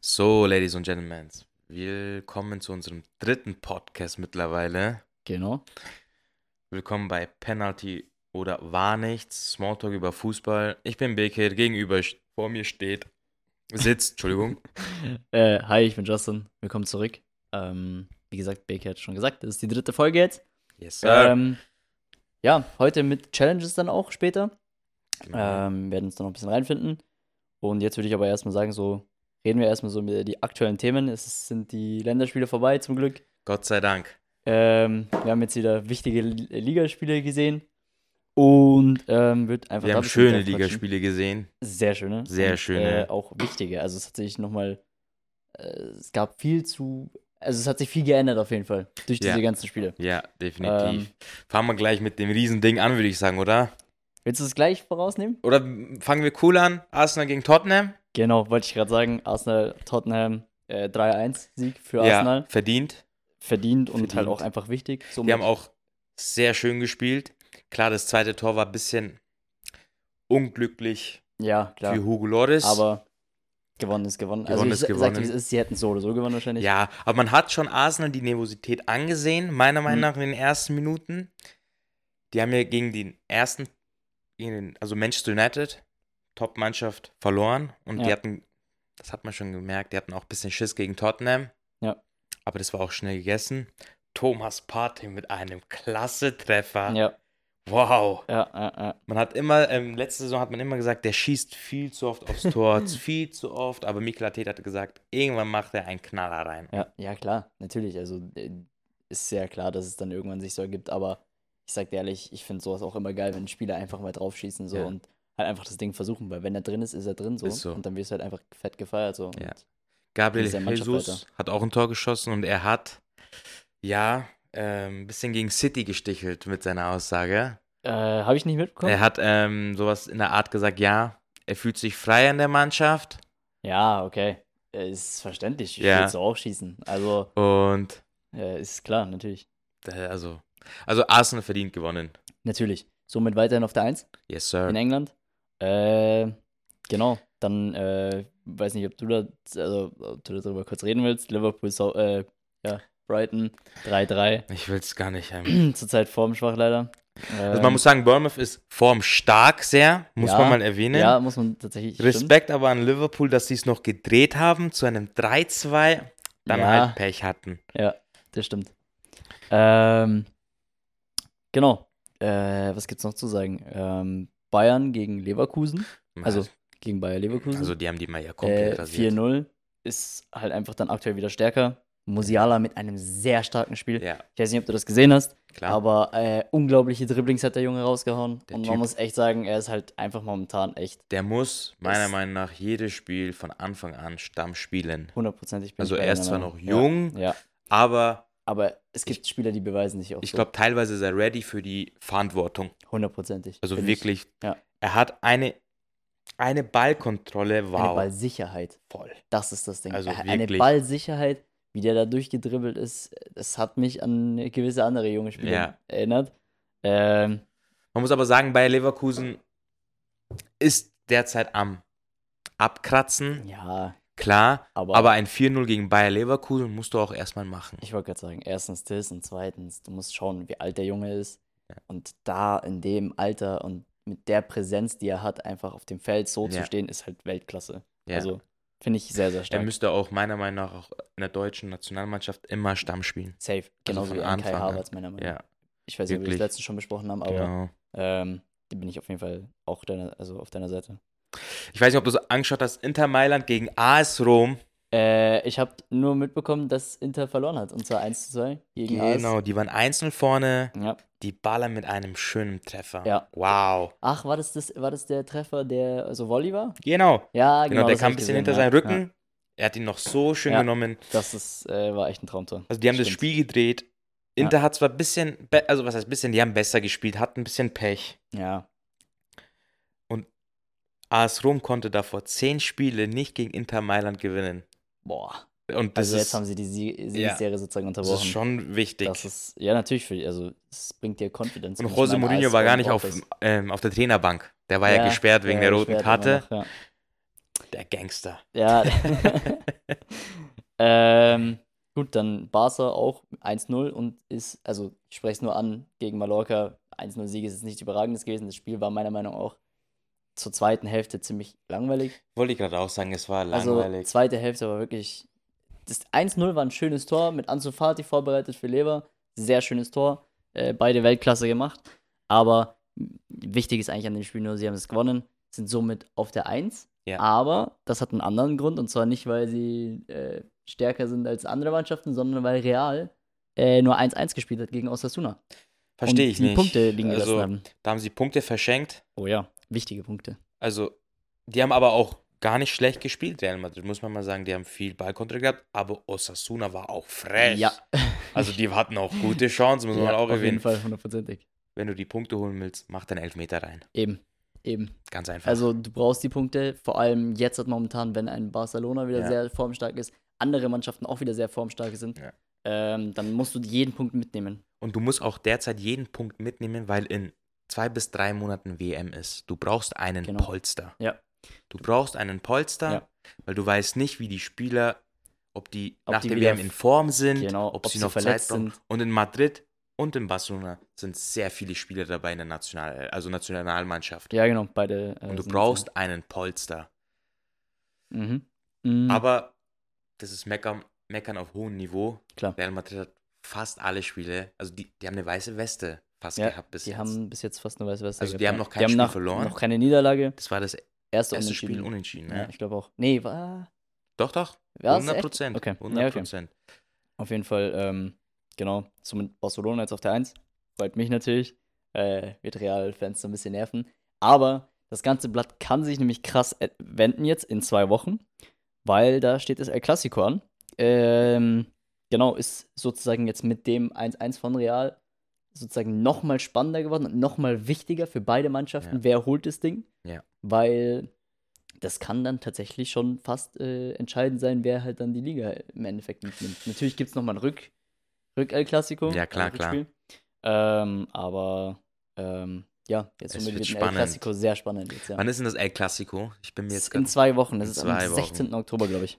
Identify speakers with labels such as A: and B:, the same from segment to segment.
A: So, Ladies und Gentlemen, willkommen zu unserem dritten Podcast mittlerweile.
B: Genau.
A: Willkommen bei Penalty oder War nichts, Smalltalk über Fußball. Ich bin Bekir, gegenüber st- vor mir steht, sitzt, Entschuldigung,
B: Äh, hi, ich bin Justin. Willkommen zurück. Ähm, wie gesagt, Baker hat schon gesagt, das ist die dritte Folge jetzt.
A: yes, sir.
B: Ähm, ja, heute mit Challenges dann auch später.
A: Genau.
B: Ähm, werden uns dann noch ein bisschen reinfinden. Und jetzt würde ich aber erstmal sagen, so reden wir erstmal so über die aktuellen Themen. Es sind die Länderspiele vorbei, zum Glück.
A: Gott sei Dank.
B: Ähm, wir haben jetzt wieder wichtige Li- Ligaspiele gesehen. Und ähm, wird einfach
A: Wir
B: da
A: haben
B: ein bisschen
A: schöne
B: drüber quatschen.
A: Ligaspiele gesehen.
B: Sehr schöne.
A: Sehr schöne.
B: Äh, auch wichtige. Also es hat sich nochmal, äh, es gab viel zu, also es hat sich viel geändert auf jeden Fall durch
A: Ja.
B: diese ganzen Spiele.
A: Ja,
B: Ähm.
A: definitiv. Fangen wir gleich mit dem Riesending an, würde ich sagen, oder?
B: Willst du es gleich vorausnehmen?
A: Oder fangen wir cool an? Arsenal gegen Tottenham?
B: Genau, wollte ich gerade sagen. Arsenal, Tottenham, äh, 3-1-Sieg für Arsenal.
A: Ja, verdient.
B: Verdient und
A: Verdient.
B: halt auch einfach wichtig. Somit-
A: Die haben auch sehr schön gespielt. Klar, das zweite Tor war ein bisschen unglücklich
B: ja, klar.
A: für Hugo Loris.
B: Aber gewonnen ist gewonnen.
A: Gewonnen
B: also
A: ist
B: ich sa-
A: gewonnen.
B: sagte, wie es ist, sie hätten so oder so gewonnen wahrscheinlich.
A: ja, aber man hat schon Arsenal die Nervosität angesehen, meiner Meinung
B: Mhm.
A: nach in den ersten Minuten. Die haben ja gegen den ersten, gegen den, also Manchester United, Top-Mannschaft, verloren. Und die
B: Ja.
A: hatten, das hat man schon gemerkt, die hatten auch ein bisschen Schiss gegen Tottenham.
B: Ja.
A: Aber das war auch schnell gegessen. Thomas Partey mit einem klasse Treffer.
B: Ja,
A: Wow.
B: ja, ja, ja.
A: Man hat immer, ähm, letzte Saison hat man immer gesagt, der schießt viel zu oft aufs Tor, viel zu oft, aber Mikel Arteta hat gesagt, irgendwann macht er einen Knaller rein.
B: Ja, ja, klar, natürlich. Also äh, ist ja klar, dass es dann irgendwann sich so ergibt, aber ich sag dir ehrlich, ich finde sowas auch immer geil, wenn Spieler einfach mal draufschießen so
A: Ja.
B: und halt einfach das Ding versuchen, weil wenn er drin ist, ist er drin so,
A: Ist so.
B: und dann wirst du halt einfach fett gefeiert so.
A: Ja.
B: Und
A: Gabriel
B: Dieser Mannschaft
A: Jesus
B: weiter.
A: hat auch ein Tor geschossen und er hat, ja, ähm, ein bisschen gegen City gestichelt mit seiner Aussage.
B: äh, habe ich nicht mitbekommen?
A: Er hat ähm, sowas in der Art gesagt, ja, er fühlt sich frei in der Mannschaft
B: Ja, okay. Äh, Ist verständlich. Ich
A: Ja.
B: würde so auch schießen. Also,
A: und,
B: äh, ist klar, natürlich.
A: äh, also, also Arsenal verdient gewonnen.
B: Natürlich. Somit weiterhin auf der Eins
A: Yes, sir.
B: in England. Äh, genau. Dann, äh, weiß nicht, ob du da, also, ob du darüber kurz reden willst. Liverpool, Sau- äh, ja, Brighton, 3-3.
A: Ich will es gar nicht. Ähm,
B: Zurzeit formschwach leider. Ähm,
A: also man muss sagen, Bournemouth ist formstark sehr, muss
B: Ja,
A: man mal erwähnen.
B: Ja, muss man tatsächlich. stimmt.
A: Respekt aber an Liverpool, dass sie es noch gedreht haben zu einem 3-2, dann
B: Ja.
A: halt Pech hatten.
B: Ja, das stimmt. Ähm, genau. Äh, was gibt's noch zu sagen? Ähm, Bayern gegen Leverkusen. Also gegen Bayer Leverkusen.
A: also die haben die mal ja komplett
B: äh,
A: rasiert.
B: 4-0 ist halt einfach dann aktuell wieder stärker. Musiala mit einem sehr starken Spiel.
A: Ja,
B: Ich weiß nicht, ob du das gesehen hast.
A: klar.
B: Aber äh, unglaubliche Dribblings hat der Junge rausgehauen.
A: Der
B: und
A: Typ-
B: man muss echt sagen, er ist halt einfach momentan echt
A: der muss meiner
B: Es-
A: Meinung nach jedes Spiel von Anfang an Stamm spielen.
B: hundertprozentig. bin
A: Also
B: ich bei
A: er ist
B: deiner
A: zwar
B: Meinung.
A: noch jung,
B: Ja, ja.
A: aber
B: Aber es gibt Spieler, die beweisen sich auch
A: ich
B: so.
A: glaube, teilweise ist er ready für die Verantwortung.
B: hundertprozentig.
A: Also
B: Bin ich-
A: wirklich,
B: Ja.
A: er hat eine, eine Ballkontrolle,
B: Eine
A: wow.
B: Ballsicherheit.
A: voll.
B: Das ist das Ding. Äh,
A: Also
B: Eine- eine
A: wirklich.
B: Ballsicherheit, wie der da durchgedribbelt ist, das hat mich an gewisse andere junge Spieler
A: Ja.
B: erinnert. Ähm,
A: Man muss aber sagen, Bayer Leverkusen ist derzeit am Abkratzen,
B: ja,
A: klar.
B: aber,
A: Aber ein 4-0 gegen Bayer Leverkusen musst du auch erstmal machen.
B: ich wollte gerade sagen, erstens das und zweitens, du musst schauen, wie alt der Junge ist. Und da in dem Alter und mit der Präsenz, die er hat, einfach auf dem Feld so
A: Ja.
B: zu stehen, ist halt Weltklasse.
A: Ja.
B: Also finde ich sehr, sehr
A: er
B: stark.
A: müsste auch meiner Meinung nach auch in der deutschen Nationalmannschaft immer Stamm spielen.
B: Safe, genauso
A: Also von
B: wie ein Kai
A: Anfang an.
B: Havertz, meiner Meinung nach.
A: Ja,
B: Ich weiß nicht, ob wir das
A: wirklich.
B: letztens schon besprochen haben, aber
A: genau.
B: ähm, da bin ich auf jeden Fall auch deiner, also auf deiner Seite.
A: Ich weiß nicht, ob du so angeschaut hast, Inter Mailand gegen AS Rom.
B: Äh, ich habe nur mitbekommen, dass Inter verloren hat. Und zwar 1 zu 2 gegen
A: Genau, die waren einzeln vorne,
B: AS. Ja.
A: die ballern mit einem schönen Treffer.
B: Ja.
A: Wow.
B: Ach, war das, das, war das der Treffer, der so Volley war?
A: Genau.
B: Ja,
A: Genau,
B: genau.
A: der
B: das
A: kam ein
B: hab
A: bisschen
B: ich gesehen,
A: hinter
B: ja.
A: seinen Rücken. Er hat ihn noch so schön
B: Ja.
A: genommen.
B: Ja, das ist, äh, war echt ein Traumtor.
A: Also die haben das
B: Stimmt.
A: Spiel gedreht.
B: Ja.
A: Inter hat zwar ein bisschen, be- also was heißt ein bisschen, die haben besser gespielt, hatten ein bisschen Pech.
B: Ja,
A: AS Rom konnte davor zehn Spiele nicht gegen Inter Mailand gewinnen.
B: boah.
A: Und das,
B: Also jetzt
A: ist,
B: haben sie die Sie- Siegesserie sozusagen
A: das ist
B: unterbrochen.
A: schon wichtig.
B: Das ist- ja, natürlich. Für, also, es bringt dir Confidence.
A: und
B: ich
A: Jose
B: meine,
A: Mourinho
B: AS
A: war gar
B: Rom
A: nicht
B: braucht
A: auf,
B: das.
A: ähm, auf der Trainerbank. Der war ja, gesperrt wegen
B: ja,
A: der roten
B: gesperrt immer
A: Karte.
B: noch,
A: Der Gangster.
B: Ja. ja. Ähm, gut, dann Barca auch 1-0 und ist, also ich spreche es nur an, gegen Mallorca 1-0-Sieg ist jetzt nichts Überragendes gewesen. Das Spiel war meiner Meinung nach auch zur zweiten Hälfte ziemlich langweilig.
A: Wollte ich gerade auch sagen, es war
B: Also
A: langweilig.
B: zweite Hälfte war wirklich. Das 1-0 war ein schönes Tor mit Ansu Fati vorbereitet für Lever. Sehr schönes Tor. Äh, beide Weltklasse gemacht. Aber wichtig ist eigentlich an dem Spiel nur, sie haben es gewonnen, sind somit auf der 1.
A: Ja.
B: Aber das hat einen anderen Grund und zwar nicht, weil sie äh, stärker sind als andere Mannschaften, sondern weil Real äh, nur 1-1 gespielt hat gegen Osasuna.
A: Verstehe
B: und
A: ich
B: die
A: nicht.
B: Punkte liegen gelassen
A: also,
B: haben.
A: da haben sie Punkte verschenkt.
B: Oh ja, wichtige Punkte.
A: Also, die haben aber auch gar nicht schlecht gespielt, Real Madrid, muss man mal sagen. Die haben viel Ballkontrolle gehabt, aber Osasuna war auch frech.
B: Ja,
A: Also, die hatten auch gute Chancen, muss man
B: ja
A: auch
B: auf jeden
A: erwähnen.
B: Fall hundertprozentig.
A: Wenn du die Punkte holen willst, mach deinen Elfmeter rein.
B: Eben, eben.
A: Ganz einfach.
B: Also du brauchst die Punkte, vor allem jetzt hat momentan, wenn ein Barcelona wieder
A: Ja.
B: sehr formstark ist, andere Mannschaften auch wieder sehr formstark sind,
A: Ja.
B: ähm, dann musst du jeden Punkt mitnehmen.
A: Und du musst auch derzeit jeden Punkt mitnehmen, weil in zwei bis drei Monaten WM ist. Du brauchst einen
B: Genau.
A: Polster.
B: Ja.
A: Du brauchst einen Polster,
B: Ja.
A: weil du weißt nicht, wie die Spieler, ob die
B: Ob
A: nach
B: die
A: der
B: wieder
A: WM in Form sind,
B: genau,
A: ob,
B: ob
A: sie
B: sie
A: noch Zeit
B: verletzt
A: brauchen.
B: sind.
A: Und in Madrid und in Barcelona sind sehr viele Spieler dabei in der National also Nationalmannschaft.
B: Ja, genau, beide. äh,
A: und du
B: sind-
A: brauchst einen Polster.
B: Mhm. Mhm.
A: Aber das ist Meckern, Meckern auf hohem Niveau.
B: Klar.
A: Real Madrid hat fast alle Spiele, also die, die haben eine weiße Weste fast
B: Ja,
A: gehabt bis
B: die
A: jetzt.
B: haben bis jetzt fast nur weiß was.
A: Also die haben noch kein
B: die haben
A: Spiel
B: nach,
A: verloren.
B: Noch keine Niederlage.
A: Das war das erste
B: Erste, Unentschieden.
A: Spiel unentschieden.
B: Ja,
A: Ne?
B: ich glaube auch. Nee, war.
A: Doch, doch.
B: war
A: 100
B: Prozent.
A: Prozent.
B: Okay. Ja, okay.
A: 100 Prozent.
B: Auf jeden Fall, ähm, genau. Somit Barcelona jetzt auf der 1. Freut mich natürlich. Äh, wird Real-Fans so ein bisschen nerven. Aber das ganze Blatt kann sich nämlich krass äh, wenden jetzt in zwei Wochen, weil da steht das El Clasico an. Ähm, genau, ist sozusagen jetzt mit dem 1-1 von Real sozusagen nochmal spannender geworden und nochmal wichtiger für beide Mannschaften,
A: Ja.
B: wer holt das Ding.
A: Ja.
B: Weil das kann dann tatsächlich schon fast äh, entscheidend sein, wer halt dann die Liga im Endeffekt mitnimmt. Natürlich gibt es nochmal ein Rück, Rück-El-Klassiko.
A: Ja, klar,
B: ein Rückspiel. Ähm, aber ähm, ja, jetzt
A: Es
B: somit
A: wird
B: wird ein
A: spannend.
B: El-Klassiko sehr spannend jetzt, ja.
A: Wann ist denn das El Clasico? Ich bin mir
B: Ist
A: jetzt
B: in
A: ganz.
B: zwei Wochen, das
A: in
B: ist am
A: zwei Wochen.
B: 16. Oktober, glaube ich.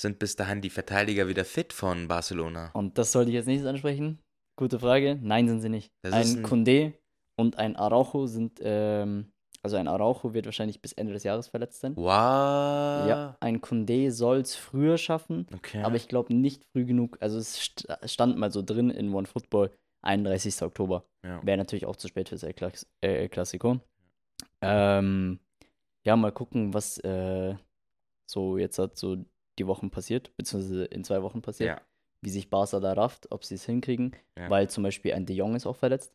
A: Sind bis dahin die Verteidiger wieder fit von Barcelona?
B: Und das sollte ich jetzt nicht ansprechen. Gute Frage. Nein, sind sie nicht.
A: Das ist
B: ein
A: ein-
B: Kunde und ein Araujo sind, ähm, also ein Araujo wird wahrscheinlich bis Ende des Jahres verletzt sein.
A: Wow.
B: Ja, ein Kunde soll es früher schaffen,
A: Okay.
B: aber ich glaube nicht früh genug. Also es st stand mal so drin in One Football, 31. Oktober.
A: Ja.
B: Wäre natürlich auch zu spät fürs El Clas äh, El Clasico. Ähm, ja, mal gucken, was äh, so jetzt hat so die Wochen passiert, beziehungsweise in zwei Wochen passiert,
A: ja.
B: wie sich Barca da rafft, ob sie es hinkriegen,
A: Ja.
B: weil zum Beispiel ein De Jong ist auch verletzt.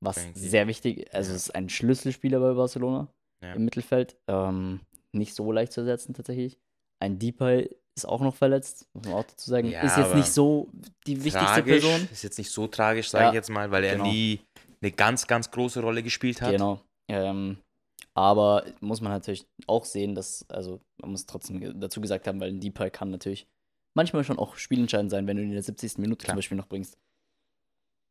B: Was
A: Frankie.
B: sehr wichtig, also
A: Ja.
B: es ist ein Schlüsselspieler bei Barcelona
A: Ja.
B: im Mittelfeld. Ähm, nicht so leicht zu ersetzen tatsächlich. Ein Depay ist auch noch verletzt, muss man auch dazu sagen.
A: Ja,
B: ist jetzt
A: aber
B: nicht so die wichtigste
A: tragisch.
B: Person.
A: Ist jetzt nicht so tragisch, sage
B: Ja,
A: ich jetzt mal, weil er
B: genau.
A: nie eine ganz, ganz große Rolle gespielt hat.
B: Genau. Ähm, aber muss man natürlich auch sehen, dass, also man muss trotzdem ge- dazu gesagt haben, weil ein Depay kann natürlich manchmal schon auch spielentscheidend sein, wenn du ihn in der 70. Minute
A: Klar.
B: zum Beispiel noch bringst.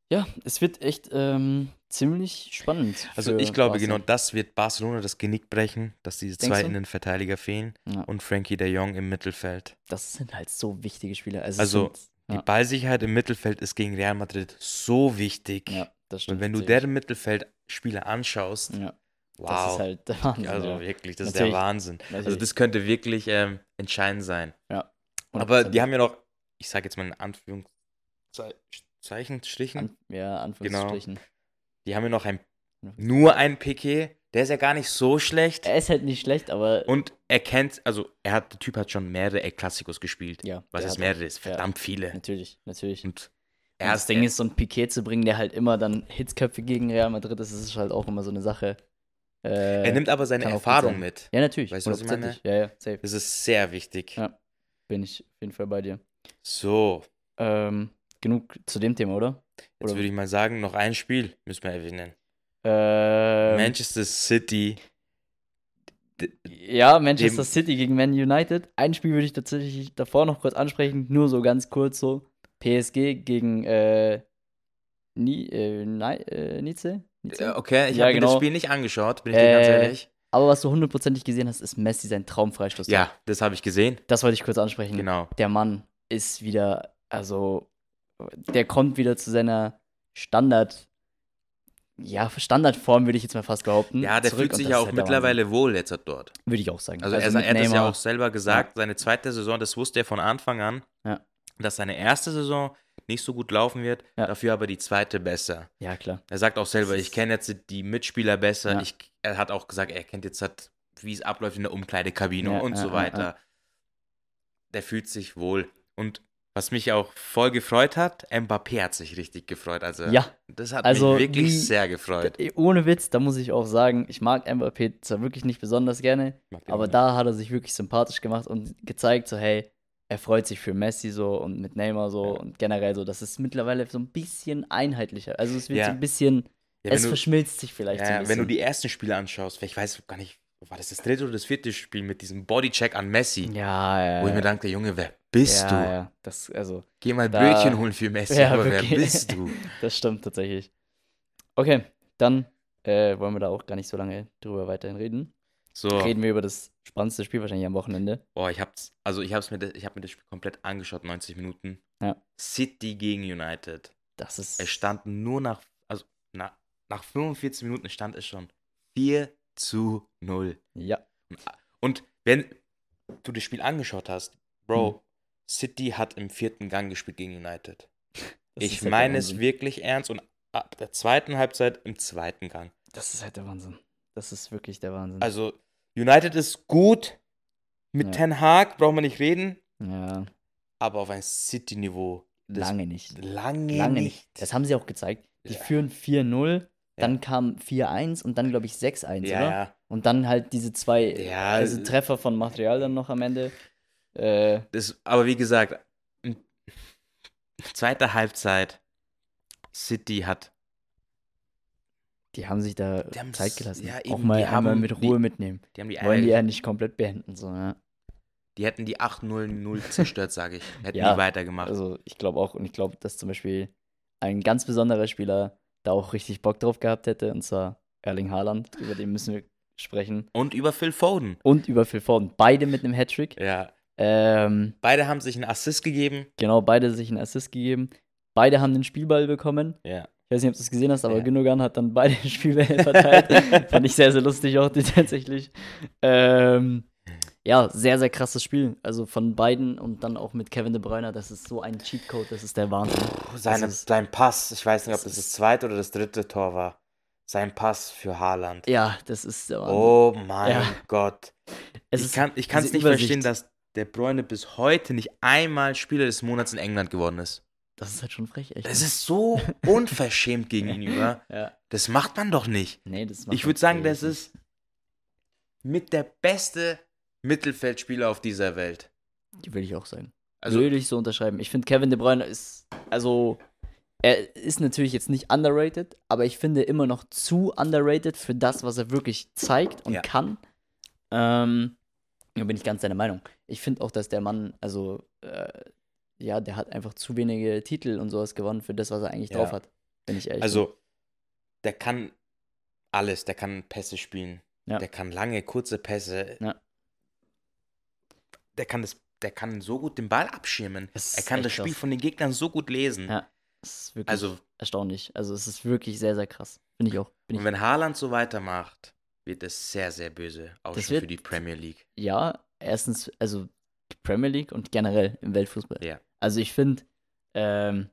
B: Ja, es wird echt ähm, ziemlich spannend.
A: Also
B: für
A: ich glaube,
B: Barca.
A: genau das wird Barcelona das Genick brechen, dass diese
B: Denkst
A: zwei
B: du?
A: Innenverteidiger fehlen
B: Ja.
A: und Frankie de Jong im Mittelfeld.
B: Das sind halt so wichtige Spieler. Also, es
A: Also,
B: sind,
A: Die
B: Ja.
A: Ballsicherheit im Mittelfeld ist gegen Real Madrid so wichtig.
B: ja, das stimmt.
A: und wenn du
B: natürlich.
A: deren Mittelfeldspieler anschaust,
B: Ja,
A: wow.
B: das ist halt der Wahnsinn.
A: also
B: ja.
A: wirklich, das ist
B: Natürlich.
A: der Wahnsinn. Also
B: Natürlich.
A: das könnte wirklich ähm, entscheidend sein. Aber
B: 100%.
A: die haben ja noch, ich sage jetzt mal in Anführungszeichen, Strichen,
B: An,
A: Genau.
B: ja, Anführungsstrichen.
A: die haben ja noch ein, nur ein Piquet. Der ist ja gar nicht so schlecht.
B: Er ist halt nicht schlecht, aber
A: Und er kennt, also er hat, der Typ hat schon mehrere El Clásicos gespielt.
B: ja.
A: Was
B: der
A: heißt
B: hat-
A: mehrere? Ist
B: ja.
A: verdammt viele.
B: Natürlich, natürlich.
A: Und
B: Und das Ding ist, so ein Piquet zu bringen, der halt immer dann Hitzköpfe gegen Real Madrid ist, das ist halt auch immer so eine Sache. Äh,
A: er nimmt aber seine
B: kann auch gut
A: Erfahrung
B: sein.
A: mit.
B: ja, natürlich.
A: Weißt du, was ich meine?
B: 100%. Ja, ja, safe.
A: Das ist sehr wichtig.
B: Ja. Bin ich auf jeden Fall bei dir.
A: So,
B: Ähm, genug zu dem Thema, oder?
A: jetzt
B: Oder-
A: würde ich mal sagen, noch ein Spiel müssen wir erwähnen.
B: Ähm,
A: Manchester City. D-
B: Ja, Manchester
A: Dem-
B: City gegen Man United. Ein Spiel würde ich tatsächlich davor noch kurz ansprechen, nur so ganz kurz so. PSG gegen äh, Ni äh, Ni äh, Nice?
A: Okay, ich
B: Nice? Ja,
A: habe mir das
B: genau.
A: genau. Spiel nicht angeschaut, bin ich dir ganz
B: Äh,
A: ehrlich.
B: Aber was du hundertprozentig gesehen hast, ist Messi sein Traumfreistoß.
A: Ja, das habe ich gesehen.
B: Das wollte ich kurz ansprechen.
A: Genau.
B: Der Mann ist wieder, also, der kommt wieder zu seiner Standard, ja, Standardform würde ich jetzt mal fast behaupten.
A: Ja, der
B: Mhm. zurück.
A: fühlt
B: Und
A: sich
B: das
A: ja
B: ist
A: auch
B: halt der
A: mittlerweile wohl jetzt dort.
B: Wahnsinn. Würde ich auch sagen.
A: Also, er, sa-
B: mit
A: er hat es ja
B: Neymar-
A: auch selber gesagt, seine zweite Saison, das wusste er von Anfang an,
B: Ja.
A: dass seine erste Saison nicht so gut laufen wird,
B: Ja.
A: dafür aber die zweite besser.
B: Ja, klar.
A: Er sagt auch selber, ich kenne jetzt die Mitspieler besser.
B: Ja.
A: Ich, er hat auch gesagt, er kennt jetzt halt, wie es abläuft in der Umkleidekabine
B: Ja,
A: und
B: ja,
A: so
B: ja,
A: weiter.
B: ja.
A: Der fühlt sich wohl. Und was mich auch voll gefreut hat, Mbappé hat sich richtig gefreut. Also,
B: Ja,
A: das hat
B: also
A: mich wirklich
B: wie-
A: sehr gefreut.
B: ohne Witz, da muss ich auch sagen, ich mag Mbappé zwar wirklich nicht besonders gerne,
A: Genau.
B: Aber da hat er sich wirklich sympathisch gemacht und gezeigt, so, hey, er freut sich für Messi so und mit Neymar so
A: Ja.
B: und generell so. Das ist mittlerweile so ein bisschen einheitlicher. Also es wird
A: Ja.
B: so ein bisschen,
A: ja,
B: es
A: wenn, du,
B: verschmilzt sich vielleicht so ein
A: ja, wenn
B: bisschen.
A: du die ersten Spiele anschaust, ich weiß gar nicht, war das das dritte oder das vierte Spiel mit diesem Bodycheck an Messi,
B: ja, ja,
A: wo ich
B: ja.
A: mir dachte, Junge, wer bist
B: ja,
A: du?
B: Ja, das, also,
A: Geh mal
B: Da-
A: Brötchen holen für Messi,
B: Ja,
A: aber wer
B: wirklich.
A: bist du?
B: das stimmt tatsächlich. Okay, dann äh, wollen wir da auch gar nicht so lange drüber weiterhin reden.
A: So.
B: Reden wir über das spannendste Spiel wahrscheinlich am Wochenende.
A: Boah, ich hab's, also ich hab's mir, das- ich hab mir das Spiel komplett angeschaut, 90 Minuten.
B: Ja.
A: City gegen United.
B: Das ist.
A: Es stand nur nach, also na, nach 45 Minuten stand es schon 4 zu 0.
B: Ja,
A: Und wenn du das Spiel angeschaut hast,
B: Mhm.
A: Bro, City hat im vierten Gang gespielt gegen United.
B: das
A: ich
B: ist halt der
A: meine es
B: Wahnsinn.
A: wirklich ernst und ab der zweiten Halbzeit im zweiten Gang.
B: Das ist halt der Wahnsinn. Das ist wirklich der Wahnsinn.
A: Also United ist gut, mit
B: Ja.
A: Ten Hag braucht man nicht reden,
B: ja,
A: aber auf ein City-Niveau. das
B: lange nicht.
A: Lange,
B: Lange nicht.
A: nicht.
B: Das haben sie auch gezeigt. Die
A: Ja.
B: führen 4-0, dann
A: Ja.
B: kam 4-1 und dann, glaube ich, 6-1,
A: ja,
B: oder?
A: ja.
B: Und dann halt diese zwei
A: Ja,
B: also
A: äh,
B: Treffer von Material dann noch am Ende. Äh,
A: Das, aber wie gesagt, in- zweite Halbzeit, City hat.
B: die haben sich da
A: Die haben
B: Zeit
A: s-
B: gelassen.
A: ja,
B: auch
A: eben,
B: mal
A: die
B: einmal
A: haben
B: mit
A: die-
B: Ruhe mitnehmen.
A: Die haben die
B: Wollen die ja
A: Eier.
B: nicht komplett beenden. So, ne?
A: Die hätten die 8-0-0 zerstört, sage ich. Hätten
B: Ja,
A: die weitergemacht.
B: Also ich glaube auch, und ich glaube, dass zum Beispiel ein ganz besonderer Spieler da auch richtig Bock drauf gehabt hätte, und zwar Erling Haaland. Über den müssen wir sprechen.
A: Und über Phil Foden.
B: Und über Phil Foden. Beide mit einem Hattrick.
A: Ja.
B: Ähm,
A: Beide haben sich einen Assist gegeben.
B: Genau, beide sich einen Assist gegeben. Beide haben den Spielball bekommen.
A: Ja.
B: Ich weiß nicht, ob du es gesehen hast, aber
A: Ja.
B: Gündogan hat dann beide Spielbälle verteilt. Fand ich sehr, sehr lustig auch die- tatsächlich. Ähm, ja, sehr, sehr krasses Spiel. Also von beiden und dann auch mit Kevin De Bruyne. Das ist so ein Cheatcode, das ist der Wahnsinn.
A: Seine,
B: ist-
A: sein Pass, ich weiß nicht, ob
B: das
A: das das zweite oder das dritte Tor war. Sein Pass für Haaland.
B: Ja, das ist der Wahnsinn.
A: Oh mein
B: Ja.
A: Gott.
B: es
A: Ich
B: ist,
A: kann es
B: diese
A: nicht
B: Übersicht.
A: verstehen, dass der Bräune bis heute nicht einmal Spieler des Monats in England geworden ist.
B: das ist halt schon frech, echt.
A: Das ist so unverschämt gegenüber.
B: ja.
A: Das macht man doch nicht.
B: Nee, das macht halt
A: Ich
B: man
A: würde sagen,
B: natürlich
A: das ist mit der beste Mittelfeldspieler auf dieser Welt.
B: nicht. Würde ich auch sagen.
A: Also-
B: Würde ich so unterschreiben. Ich finde, Kevin De Bruyne ist, also, er ist natürlich jetzt nicht underrated, aber ich finde immer noch zu underrated für das, was er wirklich zeigt und
A: Ja.
B: kann. Ähm, da bin ich ganz deiner Meinung. Ich finde auch, dass der Mann, also, äh, ja, der hat einfach zu wenige Titel und sowas gewonnen für das, was er eigentlich
A: Ja.
B: drauf hat. Bin ich ehrlich.
A: Also, der kann alles. Der kann Pässe spielen.
B: Ja.
A: Der kann lange, kurze Pässe.
B: Ja.
A: Der kann das. Der kann so gut den Ball abschirmen.
B: Das ist
A: Er kann
B: echt
A: das Spiel
B: krass.
A: von den Gegnern so gut lesen.
B: Ja. das ist wirklich
A: Also,
B: erstaunlich. Also, es ist wirklich sehr, sehr krass. Finde ich auch. Bin ich
A: Und wenn Haaland so weitermacht, wird es sehr, sehr böse
B: Das
A: aussehen
B: wird-
A: für die Premier League.
B: ja, erstens, also die Premier League und generell im Weltfußball.
A: Ja.
B: Also ich finde, ähm,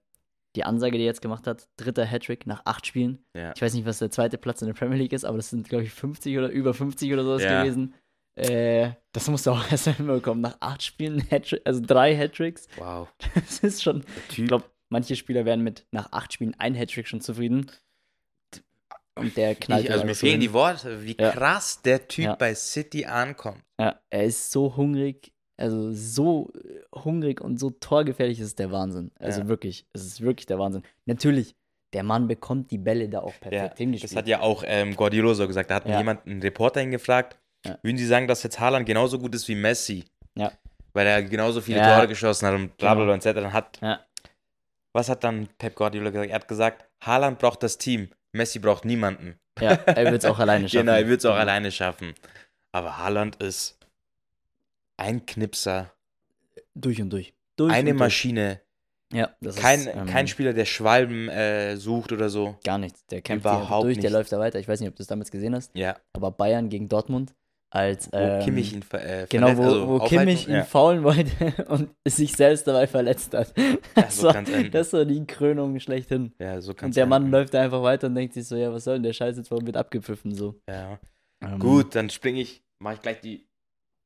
B: die Ansage, die er jetzt gemacht hat, dritter Hattrick nach acht Spielen.
A: Ja.
B: Ich weiß nicht, was der zweite Platz in der Premier League ist, aber das sind, glaube ich, 50 oder über 50 oder sowas
A: Ja.
B: gewesen. Äh, das musst du auch erst hinbekommen. Nach acht Spielen, Hattrick, also drei Hattricks,
A: Wow.
B: das ist schon.
A: Der
B: Ich
A: Typ.
B: glaube, manche Spieler wären mit nach acht Spielen ein Hattrick schon zufrieden. Und der knallt.
A: ich,
B: den
A: also mir
B: einfach so
A: fehlen
B: hin.
A: die Worte, wie
B: Ja.
A: krass der Typ
B: Ja.
A: bei City ankommt.
B: Ja, er ist so hungrig, also so äh, hungrig und so torgefährlich, das ist der Wahnsinn. Also
A: Ja.
B: wirklich, es ist wirklich der Wahnsinn. Natürlich, der Mann bekommt die Bälle da auch perfekt hingespielt.
A: Das hat ja auch ähm, Guardiola so gesagt. Da hat
B: halt Ja.
A: mir jemand einen Reporter ihn gefragt,
B: Ja.
A: würden Sie sagen, dass jetzt Haaland genauso gut ist wie Messi?
B: Ja.
A: Weil er genauso viele
B: Ja. Genau.
A: Tore geschossen hat und bla bla bla und so. Dann hat,
B: Ja.
A: was hat dann Pep Guardiola gesagt? Er hat gesagt, Haaland braucht das Team. Messi braucht niemanden.
B: Ja, er wird es auch alleine schaffen.
A: Genau, er wird es auch alleine schaffen. Aber Haaland ist ein Knipser,
B: Durch und durch. durch
A: eine
B: und
A: Maschine,
B: Durch. Ja, das
A: kein,
B: ist, ähm,
A: kein Spieler, der Schwalben äh, sucht oder so.
B: Gar nichts. Der kämpft
A: Überhaupt
B: Überhaupt durch, der
A: nicht.
B: läuft da weiter. Ich weiß nicht, ob du es damals gesehen hast,
A: Ja,
B: aber Bayern gegen Dortmund als.
A: wo
B: ähm,
A: Kimmich ihn ver äh,
B: Genau,
A: verletzt-
B: wo,
A: also
B: wo
A: aufhalten-
B: Kimmich ihn
A: ja.
B: faulen wollte und sich selbst dabei verletzt hat.
A: ja,
B: Das,
A: so
B: war,
A: kann's enden.
B: Also, das war die Krönung schlechthin.
A: ja, so kann's
B: Und der Mann
A: enden.
B: läuft da einfach weiter und denkt sich so, ja, was soll denn der Scheiß jetzt, warum wird abgepfiffen so?
A: Ja.
B: Ähm,
A: Gut, dann springe ich, mache ich gleich die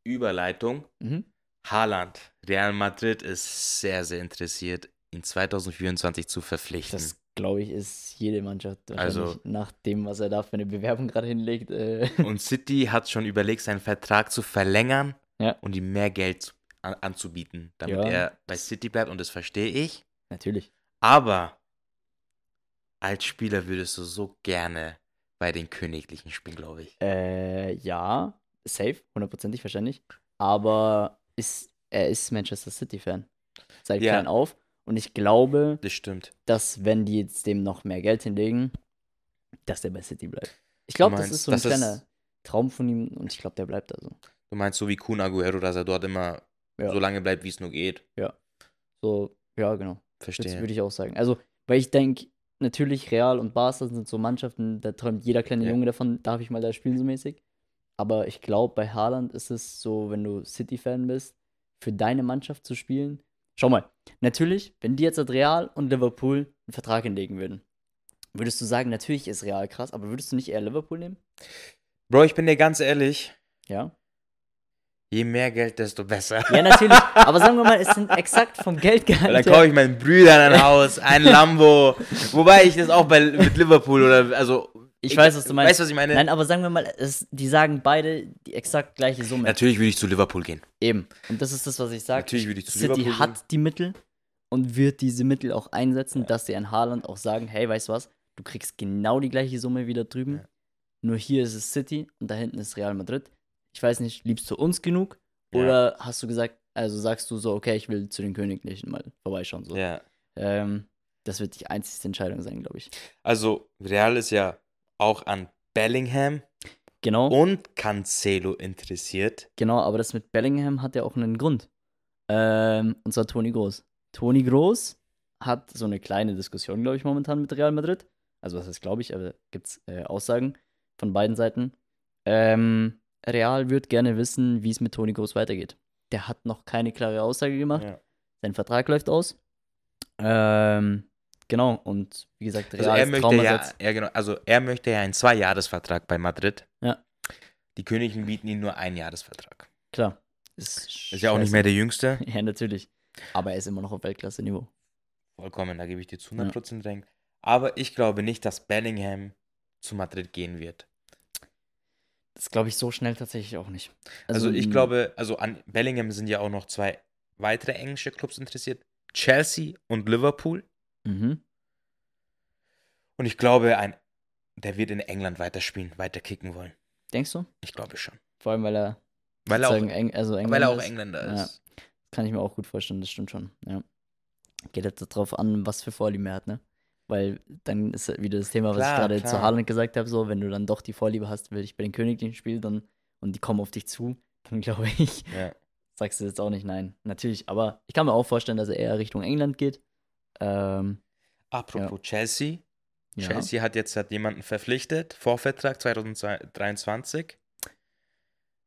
A: Überleitung.
B: Mhm.
A: Haaland, Real Madrid ist sehr, sehr interessiert, ihn 2024 zu verpflichten.
B: Das, glaube ich, ist jede Mannschaft
A: Also-
B: also nach dem, was er da für eine Bewerbung gerade hinlegt. Äh,
A: Und City hat schon überlegt, seinen Vertrag zu verlängern
B: Ja.
A: und ihm mehr Geld zu- an, anzubieten, damit
B: Ja.
A: er bei City bleibt. Und das verstehe ich.
B: natürlich.
A: Aber als Spieler würdest du so gerne bei den Königlichen spielen, glaube ich.
B: Äh, ja, safe, hundertprozentig wahrscheinlich. Aber ist, er ist Manchester City-Fan. Seit
A: Ja.
B: klein auf. Und ich glaube,
A: Das stimmt.
B: dass wenn die jetzt dem noch mehr Geld hinlegen, dass der bei City bleibt. Ich glaube, das
A: meinst,
B: ist so ein
A: das ist-
B: kleiner Traum von ihm und ich glaube, der bleibt also.
A: Du meinst so wie Kun Aguero, dass er dort immer
B: Ja.
A: so lange bleibt, wie es nur geht.
B: So, ja, genau. Das
A: Verstehe.
B: würde ich auch sagen. Also, weil ich denke, natürlich Real und Barca sind so Mannschaften, da träumt jeder kleine
A: Ja.
B: Junge davon, darf ich mal da spielen so mäßig. Aber ich glaube, bei Haaland ist es so, wenn du City-Fan bist, für deine Mannschaft zu spielen. Schau mal, natürlich, wenn die jetzt als Real und Liverpool einen Vertrag hinlegen würden, würdest du sagen, natürlich ist Real krass, aber würdest du nicht eher Liverpool nehmen?
A: Bro, ich bin dir ganz ehrlich,
B: Ja.
A: je mehr Geld, desto besser.
B: Ja, natürlich. aber sagen wir mal, es sind exakt
A: Weil
B: vom
A: dann
B: Geldgehalt. her-
A: kaufe ich meinen Brüdern ein Haus, ein Lambo. Wobei ich das auch bei, mit Liverpool oder also.
B: Ich weiß, was du meinst.
A: Weißt du, was ich meine?
B: Nein, aber sagen wir mal, es, die sagen beide die exakt gleiche Summe.
A: Natürlich würde ich zu Liverpool gehen.
B: Eben. Und das ist das, was ich sage.
A: Natürlich würde ich zu
B: City
A: Liverpool
B: hat die Mittel und wird diese Mittel auch einsetzen, dass sie an Haaland auch sagen, hey, weißt du was, du kriegst genau die gleiche Summe wie da drüben.
A: Ja.
B: Nur hier ist es City und da hinten ist Real Madrid. Ich weiß nicht, liebst du uns genug?
A: Ja.
B: Oder hast du gesagt, also sagst du so, okay, ich will zu den Königlichen mal vorbeischauen. So.
A: Ja.
B: Ähm, das wird die einzigste Entscheidung sein, glaube ich.
A: Also, Real ist ja auch an Bellingham
B: Genau.
A: und Cancelo interessiert.
B: Genau, aber das mit Bellingham hat ja auch einen Grund. Ähm, und zwar Toni Groß. Toni Groß hat so eine kleine Diskussion, glaube ich, momentan mit Real Madrid. Also, was heißt, glaube ich, aber gibt es äh, Aussagen von beiden Seiten. Ähm, Real wird gerne wissen, wie es mit Toni Groß weitergeht. Der hat noch keine klare Aussage gemacht.
A: Ja.
B: Sein Vertrag läuft aus. Ähm, genau, und wie gesagt, Real
A: Also er,
B: ist
A: möchte ja,
B: Traumersatz.
A: er, genau, also er möchte ja einen Zweijahresvertrag bei Madrid.
B: Ja.
A: Die Königlichen bieten ihm nur einen Jahresvertrag.
B: Klar. Ist,
A: Ist ja auch nicht mehr der Jüngste.
B: Ja, natürlich. Aber er ist immer noch auf Weltklasse-Niveau.
A: Vollkommen, da gebe ich dir zu 100% recht. Aber ich glaube nicht, dass Bellingham zu Madrid gehen wird.
B: Das glaube ich so schnell tatsächlich auch nicht. mm,
A: Also, ich
B: m,
A: glaube, also an Bellingham sind ja auch noch zwei weitere englische Clubs interessiert. Chelsea und Liverpool.
B: Mhm.
A: Und ich glaube, ein, der wird in England weiterspielen, weiter kicken wollen.
B: Denkst du?
A: Ich glaube schon.
B: Vor allem, weil er,
A: Weil er auch,
B: sozusagen Eng, also Engländer
A: weil er auch
B: ist.
A: Engländer
B: Ja.
A: ist.
B: Kann ich mir auch gut vorstellen, das stimmt schon. Ja. Geht jetzt darauf an, was für Vorlieben er hat, ne? Weil dann ist halt wieder das Thema, was
A: Klar,
B: ich gerade
A: klar.
B: zu Haaland gesagt habe, so, wenn du dann doch die Vorliebe hast, will ich bei den Königlichen spielen dann, und die kommen auf dich zu, dann glaube ich,
A: Ja.
B: sagst du jetzt auch nicht nein. Natürlich, aber ich kann mir auch vorstellen, dass er eher Richtung England geht. Ähm,
A: Apropos Chelsea.
B: ja.
A: Chelsea hat jetzt hat jemanden verpflichtet. Vorvertrag 2023.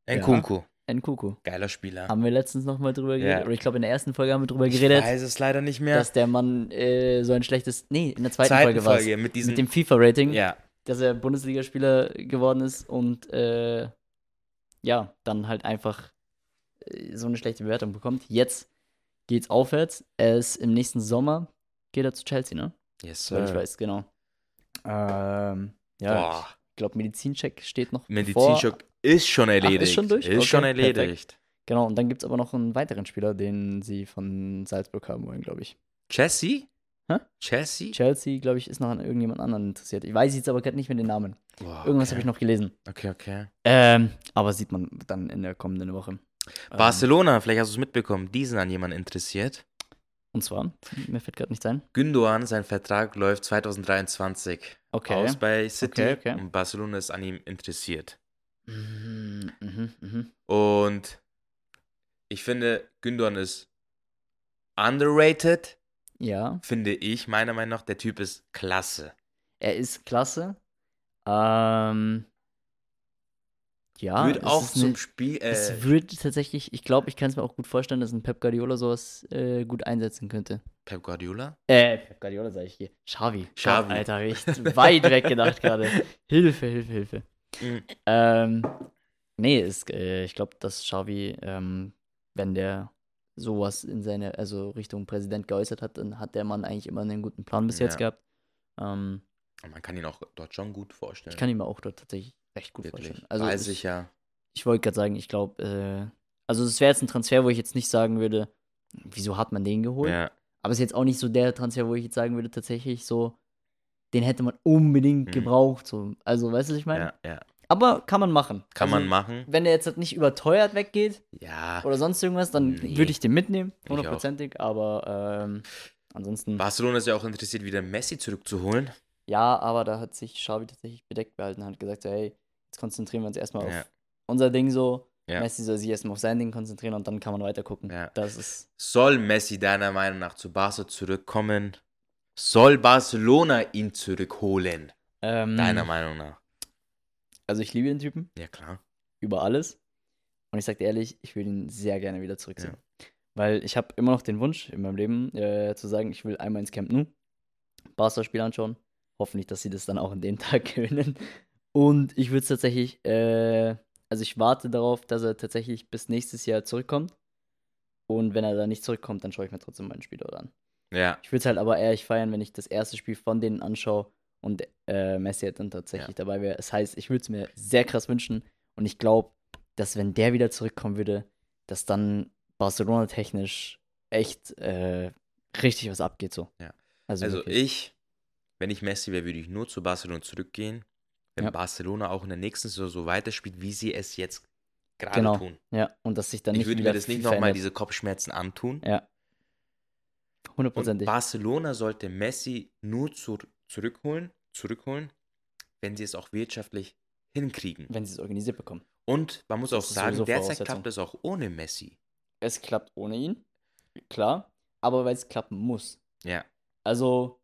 A: Nkunku.
B: Nkuku.
A: Geiler Spieler.
B: Haben wir letztens nochmal drüber
A: Ja.
B: geredet? Oder ich glaube, in der ersten Folge haben wir drüber
A: ich
B: geredet.
A: weiß es leider nicht mehr.
B: dass der Mann äh, so ein schlechtes. Nee, in der zweiten
A: Zweiten
B: Folge war
A: Folge
B: es.
A: mit diesem.
B: Mit dem FIFA-Rating,
A: ja,
B: dass er Bundesligaspieler geworden ist und äh, ja, dann halt einfach äh, so eine schlechte Bewertung bekommt. Jetzt geht's aufwärts. Er ist im nächsten Sommer, geht er zu Chelsea, ne?
A: yes,
B: Soweit ich
A: sir.
B: weiß, genau. Ähm, ja,
A: Boah,
B: ich glaube, Medizincheck steht noch. bevor. Ah,
A: Medizinschock ist schon erledigt.
B: schon durch?
A: Ist schon
B: Okay,
A: erledigt.
B: Genau, und dann gibt es aber noch einen weiteren Spieler, den sie von Salzburg haben wollen, glaube ich.
A: Chelsea?
B: Hä?
A: Chelsea?
B: Chelsea, glaube ich, ist noch an irgendjemand anderen interessiert. Ich weiß jetzt aber gerade nicht mehr den Namen.
A: Boah,
B: Irgendwas
A: okay.
B: habe ich noch gelesen.
A: Okay, okay.
B: Ähm, aber sieht man dann in der kommenden Woche. Ähm,
A: Barcelona, vielleicht hast du es mitbekommen, die sind an jemanden interessiert.
B: Und zwar, mir fällt gerade nicht ein.
A: Gündogan, sein Vertrag läuft 2023
B: Okay.
A: aus bei City
B: Okay, okay.
A: und Barcelona ist an ihm interessiert.
B: Mhm, mhm, mhm.
A: Und ich finde, Gündogan ist underrated,
B: Ja,
A: finde ich, meiner Meinung nach. Der Typ ist klasse.
B: er ist klasse. Ähm, ja,
A: Wird
B: Ah, es
A: auch
B: ist
A: zum
B: eine-
A: Spiel. Äh,
B: Es wird tatsächlich, ich glaube, ich kann es mir auch gut vorstellen, dass ein Pep Guardiola sowas äh, gut einsetzen könnte.
A: Pep Guardiola?
B: Äh, Pep Guardiola sage ich hier. Xavi.
A: Xavi.
B: Gott, Alter, hab ich weit weg gedacht gerade. Hilfe, Hilfe, Hilfe.
A: Mhm.
B: Ähm, nee, ist, äh, ich glaube, dass Xavi, ähm, wenn der sowas in seine, also Richtung Präsident geäußert hat, dann hat der Mann eigentlich immer einen guten Plan bis jetzt
A: Ja.
B: gehabt. Ähm,
A: Oh, Man kann ihn auch dort schon gut vorstellen.
B: Ich kann ihn mir auch dort tatsächlich recht gut
A: Wirklich.
B: vorstellen.
A: Also
B: Also
A: Weiß
B: ich,
A: ich ja.
B: ich wollte gerade sagen, ich glaube, äh, also es wäre jetzt ein Transfer, wo ich jetzt nicht sagen würde, wieso hat man den geholt?
A: ja.
B: Aber es ist jetzt auch nicht so der Transfer, wo ich jetzt sagen würde, tatsächlich so, den hätte man unbedingt
A: Mhm.
B: gebraucht. So. Also, weißt du, was ich meine?
A: Ja, ja.
B: Aber kann man machen.
A: Kann
B: also,
A: man machen.
B: Wenn der jetzt halt nicht überteuert weggeht
A: Ja.
B: oder sonst irgendwas, dann
A: Nee.
B: würde ich den mitnehmen,
A: Ich auch.
B: hundertprozentig. Aber ähm, ansonsten,
A: Barcelona ist ja auch interessiert, wieder Messi zurückzuholen.
B: ja, aber da hat sich Xavi tatsächlich bedeckt gehalten und hat gesagt, so, hey, jetzt konzentrieren wir uns erstmal
A: Ja.
B: auf unser Ding so.
A: Ja.
B: Messi soll sich erstmal auf sein Ding konzentrieren und dann kann man weiter gucken.
A: Ja.
B: Das ist
A: Soll Messi deiner Meinung nach zu Barca zurückkommen? Soll Barcelona ihn zurückholen?
B: ähm,
A: Deiner Meinung nach?
B: Also ich liebe den Typen.
A: Ja, klar.
B: über alles. Und ich sag dir ehrlich, ich würde ihn sehr gerne wieder zurücksehen.
A: Ja.
B: Weil ich habe immer noch den Wunsch in meinem Leben äh, zu sagen, ich will einmal ins Camp Nou, Barca-Spiel anschauen. Hoffentlich, dass sie das dann auch an dem Tag können. Und ich würde es tatsächlich, äh, also ich warte darauf, dass er tatsächlich bis nächstes Jahr zurückkommt. Und wenn er da nicht zurückkommt, dann schaue ich mir trotzdem meinen Spiel dort an.
A: Ja,
B: Ich würde es halt aber eher ich feiern, wenn ich das erste Spiel von denen anschaue und äh, Messi halt dann tatsächlich dabei wäre. Das heißt, ich würde es mir sehr krass wünschen und ich glaube, dass wenn der wieder zurückkommen würde, dass dann Barcelona technisch echt äh, richtig was abgeht so.
A: Ja.
B: Also,
A: also
B: wirklich.
A: ich, wenn ich Messi wäre, würde ich nur zu Barcelona zurückgehen, wenn
B: Ja.
A: Barcelona auch in der nächsten Saison so weiterspielt, wie sie es jetzt gerade
B: Genau.
A: tun.
B: ja und dass sich dann
A: Ich
B: nicht
A: würde
B: wieder
A: mir das
B: viel
A: nicht nochmal
B: verändert.
A: diese Kopfschmerzen antun.
B: ja
A: Und
B: hundertprozentig
A: Barcelona sollte Messi nur zur- zurückholen, zurückholen, wenn sie es auch wirtschaftlich hinkriegen.
B: wenn sie es organisiert bekommen.
A: Und man muss auch
B: ist
A: sagen,
B: sowieso
A: derzeit
B: Voraussetzung.
A: klappt es auch ohne Messi.
B: Es klappt ohne ihn, klar, aber weil es klappen muss.
A: Ja,
B: Also,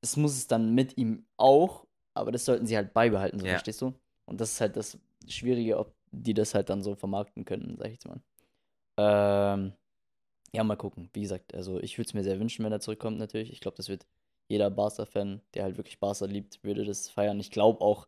B: es muss es dann mit ihm auch, aber das sollten sie halt beibehalten, so
A: Ja.
B: verstehst du? Und das ist halt das Schwierige, ob die das halt dann so vermarkten können, sag ich jetzt mal. Ähm, ja, mal gucken. Wie gesagt, also ich würde es mir sehr wünschen, wenn er zurückkommt, natürlich. Ich glaube, das wird jeder Barca-Fan, der halt wirklich Barca liebt, würde das feiern. Ich glaube auch,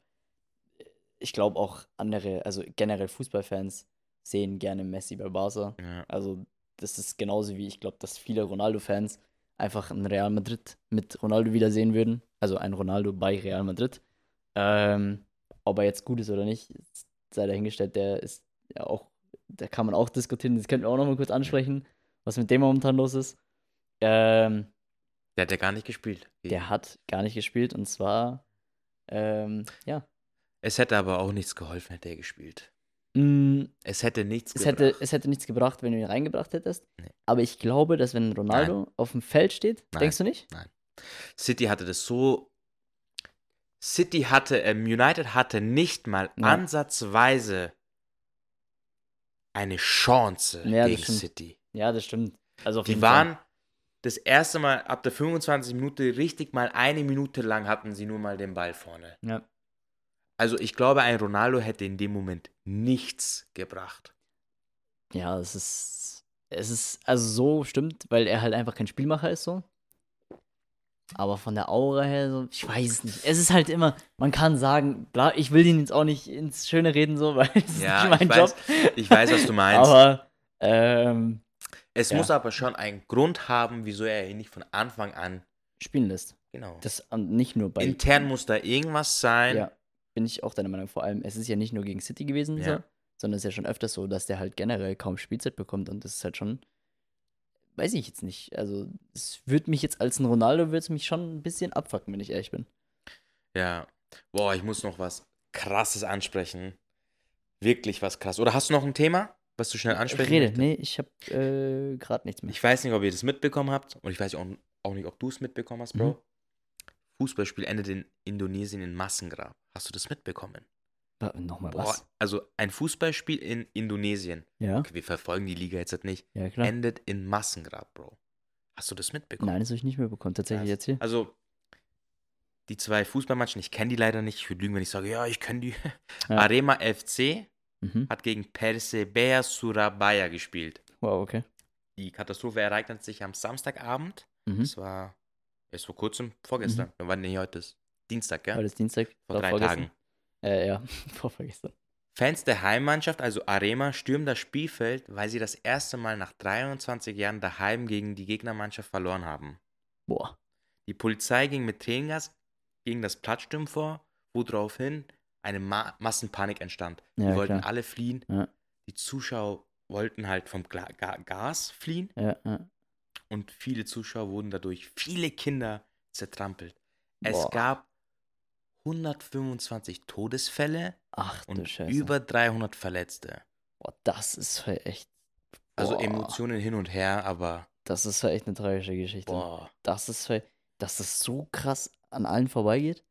B: ich glaube auch andere, also generell Fußballfans sehen gerne Messi bei Barca.
A: ja,
B: Also, das ist genauso wie ich glaube, dass viele Ronaldo-Fans einfach ein Real Madrid mit Ronaldo wiedersehen würden. Also ein Ronaldo bei Real Madrid. Ähm, ob er jetzt gut ist oder nicht, sei dahingestellt, der ist ja auch, da kann man auch diskutieren. Das könnten wir auch nochmal kurz ansprechen, was mit dem momentan los ist. Ähm,
A: Der hat ja gar nicht gespielt.
B: der hat gar nicht gespielt und zwar, ähm, ja.
A: Es hätte aber auch nichts geholfen, hätte er gespielt.
B: Mm,
A: Es hätte nichts
B: es hätte,
A: gebracht.
B: es hätte nichts gebracht, wenn du ihn reingebracht hättest.
A: Nee.
B: Aber ich glaube, dass wenn Ronaldo auf dem Feld steht,
A: Nein.
B: denkst du nicht?
A: City hatte das so. City hatte, ähm, United hatte nicht mal
B: Ja.
A: ansatzweise eine Chance
B: Ja, das
A: gegen
B: stimmt.
A: City.
B: Ja, das stimmt. Also auf
A: Die
B: jeden
A: waren
B: Fall.
A: das erste Mal ab der 25. Minute richtig mal eine Minute lang hatten sie nur mal den Ball vorne.
B: Ja.
A: Also ich glaube, ein Ronaldo hätte in dem Moment nichts gebracht.
B: Ja, es ist. Es ist. Also so stimmt, weil er halt einfach kein Spielmacher ist so. Aber von der Aura her, so, ich weiß es nicht. Es ist halt immer, man kann sagen, bla, ich will ihn jetzt auch nicht ins Schöne reden, so, weil es
A: Ja,
B: ist nicht mein
A: ich
B: Job.
A: weiß, Ich weiß, was du meinst.
B: Aber ähm,
A: es
B: ja.
A: muss aber schon einen Grund haben, wieso er ihn nicht von Anfang an.
B: spielen lässt.
A: Genau.
B: Das ähm, nicht nur bei.
A: Intern muss da irgendwas sein.
B: Ja, bin ich auch deiner Meinung. Vor allem, es ist ja nicht nur gegen City gewesen,
A: Ja.
B: so, sondern es ist ja schon öfters so, dass der halt generell kaum Spielzeit bekommt und das ist halt schon, weiß ich jetzt nicht. Also, es würde mich jetzt als ein Ronaldo, würde es mich schon ein bisschen abfucken, wenn ich ehrlich bin.
A: Ja. Boah, ich muss noch was Krasses ansprechen. Wirklich was krass. Oder hast du noch ein Thema? was du schnell ansprechen
B: Rede,
A: möchtest?
B: nee, ich habe äh, gerade nichts mehr.
A: Ich weiß nicht, ob ihr das mitbekommen habt und ich weiß auch, auch nicht, ob du es mitbekommen hast, Bro.
B: Mhm.
A: Fußballspiel endet in Indonesien in Massengrab. Hast du das mitbekommen?
B: Wa- Nochmal
A: Boah,
B: was?
A: also ein Fußballspiel in Indonesien.
B: Ja,
A: Okay, wir verfolgen die Liga jetzt nicht.
B: ja klar.
A: Endet in Massengrab, Bro. Hast du das mitbekommen?
B: Nein, das habe ich nicht mehr bekommen. Tatsächlich
A: Krass.
B: jetzt hier.
A: Also, die zwei Fußballmatchen, ich kenne die leider nicht. Ich würde lügen, wenn ich sage, ja, ich kenne die.
B: Ja.
A: Arema FC
B: Mhm.
A: hat gegen Persebaya Surabaya gespielt.
B: Wow, okay.
A: Die Katastrophe ereignet sich am Samstagabend.
B: Mhm.
A: Es war erst vor kurzem, vorgestern. Wann denn heute ist? Dienstag, gell?
B: Heute ist Dienstag.
A: vor
B: war
A: drei
B: vorgestern.
A: Tagen.
B: Äh, ja, vorvergessen.
A: Fans der Heimmannschaft, also Arema, stürmen das Spielfeld, weil sie das erste Mal nach 23 Jahren daheim gegen die Gegnermannschaft verloren haben.
B: Boah.
A: Die Polizei ging mit Tränengas gegen das Platzsturm vor, woraufhin eine Ma Massenpanik entstand.
B: Ja,
A: die wollten
B: klar.
A: alle fliehen.
B: Ja.
A: Die Zuschauer wollten halt vom Gla Ga Gas fliehen
B: Ja, ja.
A: und viele Zuschauer wurden dadurch, viele Kinder zertrampelt. Es
B: Boah.
A: gab 125 Todesfälle
B: Ach du
A: und
B: Scheiße.
A: über 300 Verletzte.
B: Boah, das ist halt echt.
A: Also
B: boah,
A: Emotionen hin und her, aber
B: Das ist halt echt eine tragische Geschichte.
A: boah.
B: Das ist halt, dass das so krass an allen vorbeigeht.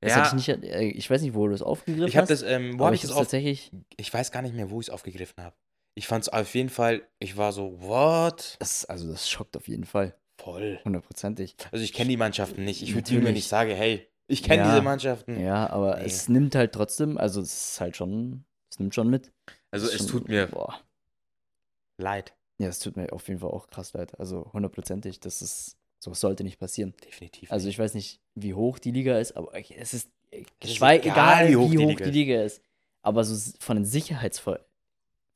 B: Das
A: ja,
B: hatte ich nicht. äh, Ich weiß nicht, wo du es aufgegriffen
A: ich habe das,
B: hast.
A: ähm, wo
B: aber
A: habe ich das
B: hab's
A: auf?
B: tatsächlich.
A: Ich weiß gar nicht mehr, wo ich es aufgegriffen habe. Ich fand es auf jeden Fall, ich war so, what?
B: Das, also, das schockt auf jeden Fall.
A: Voll.
B: Hundertprozentig.
A: Also ich kenne die Mannschaften nicht. Ich würde mir
B: Natürlich.
A: nicht sagen, hey, ich kenne
B: Ja.
A: diese Mannschaften.
B: Ja, aber
A: Hm. Nee.
B: es nimmt halt trotzdem, also es ist halt schon, es nimmt schon mit.
A: Also
B: Es ist
A: es
B: schon-
A: tut mir
B: Boah.
A: leid.
B: Ja, es tut mir auf jeden Fall auch krass leid. Also hundertprozentig, das ist, sowas sollte nicht passieren.
A: Definitiv.
B: Also
A: nicht.
B: ich weiß nicht, wie hoch die Liga ist, aber es ist,
A: Es ist
B: geschwei- egal, wie hoch, die,
A: Liga
B: Liga
A: ist.
B: ist. Aber so s- von den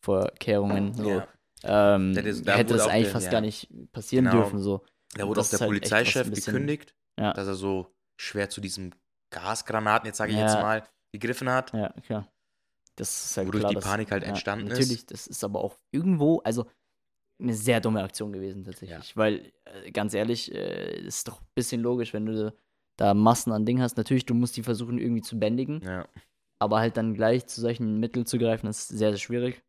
B: Sicherheitsvorkehrungen, so,
A: ja.
B: ähm,
A: Das ist- da
B: hätte
A: wurde
B: das
A: auch
B: eigentlich
A: der-
B: fast
A: ja.
B: gar nicht passieren
A: Genau.
B: dürfen. So.
A: Da wurde auch
B: das
A: der
B: ist halt echt was ein
A: Polizeichef
B: bisschen-
A: gekündigt,
B: Ja.
A: dass er so schwer zu diesem Gasgranaten, jetzt sage ich
B: Ja.
A: jetzt mal, gegriffen hat.
B: Ja, klar. Das ist halt
A: Wodurch
B: klar,
A: die
B: dass-
A: Panik halt entstanden ist.
B: natürlich, Natürlich, das ist aber auch irgendwo, also eine sehr dumme Aktion gewesen tatsächlich. Weil, äh, ganz ehrlich, äh, ist doch ein bisschen logisch, wenn du da Massen an Dingen hast. Natürlich, du musst die versuchen irgendwie zu bändigen,
A: Ja.
B: aber halt dann gleich zu solchen Mitteln zu greifen, ist sehr, sehr schwierig.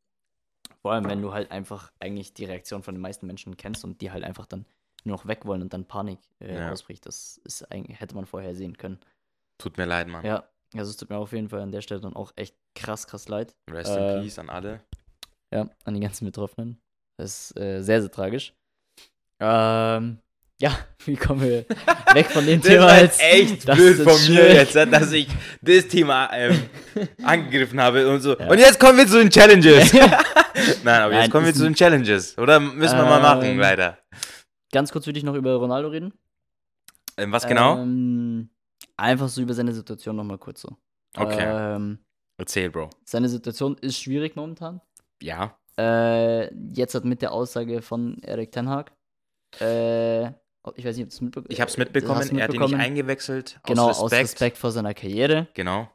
B: Vor allem, wenn du halt einfach eigentlich die Reaktion von den meisten Menschen kennst und die halt einfach dann nur noch weg wollen und dann Panik äh,
A: Ja.
B: ausbricht. Das ist eigentlich, hätte man vorher sehen können.
A: Tut mir leid, Mann.
B: Ja, also es tut mir auf jeden Fall an der Stelle dann auch echt krass, krass leid.
A: Rest
B: Äh,
A: in peace an alle.
B: Ja, an die ganzen Betroffenen. Das ist äh, sehr, sehr tragisch. Ähm, ja, wie kommen wir weg von dem Thema jetzt? Das ist schwierig.
A: dass ich das Thema ähm, angegriffen habe und so.
B: Ja.
A: Und jetzt kommen wir zu den Challenges. Nein, aber
B: Nein,
A: jetzt kommen wir
B: ist
A: zu den Challenges. Oder müssen wir mal machen,
B: Ähm,
A: leider.
B: Ganz kurz würde ich noch über Ronaldo reden.
A: Ähm, was genau?
B: Ähm, einfach so über seine Situation nochmal kurz so.
A: Okay,
B: Ähm,
A: erzähl, Bro.
B: seine Situation ist schwierig momentan.
A: Ja.
B: Äh, jetzt hat mit der Aussage von Erik Ten Hag. Äh, ich weiß nicht, ob du es mitbe
A: Ich habe es
B: äh, hast
A: mitbekommen, er
B: du
A: hat ihn nicht
B: mitbekommen?
A: eingewechselt.
B: Genau,
A: aus Respekt.
B: aus Respekt vor seiner Karriere.
A: Genau.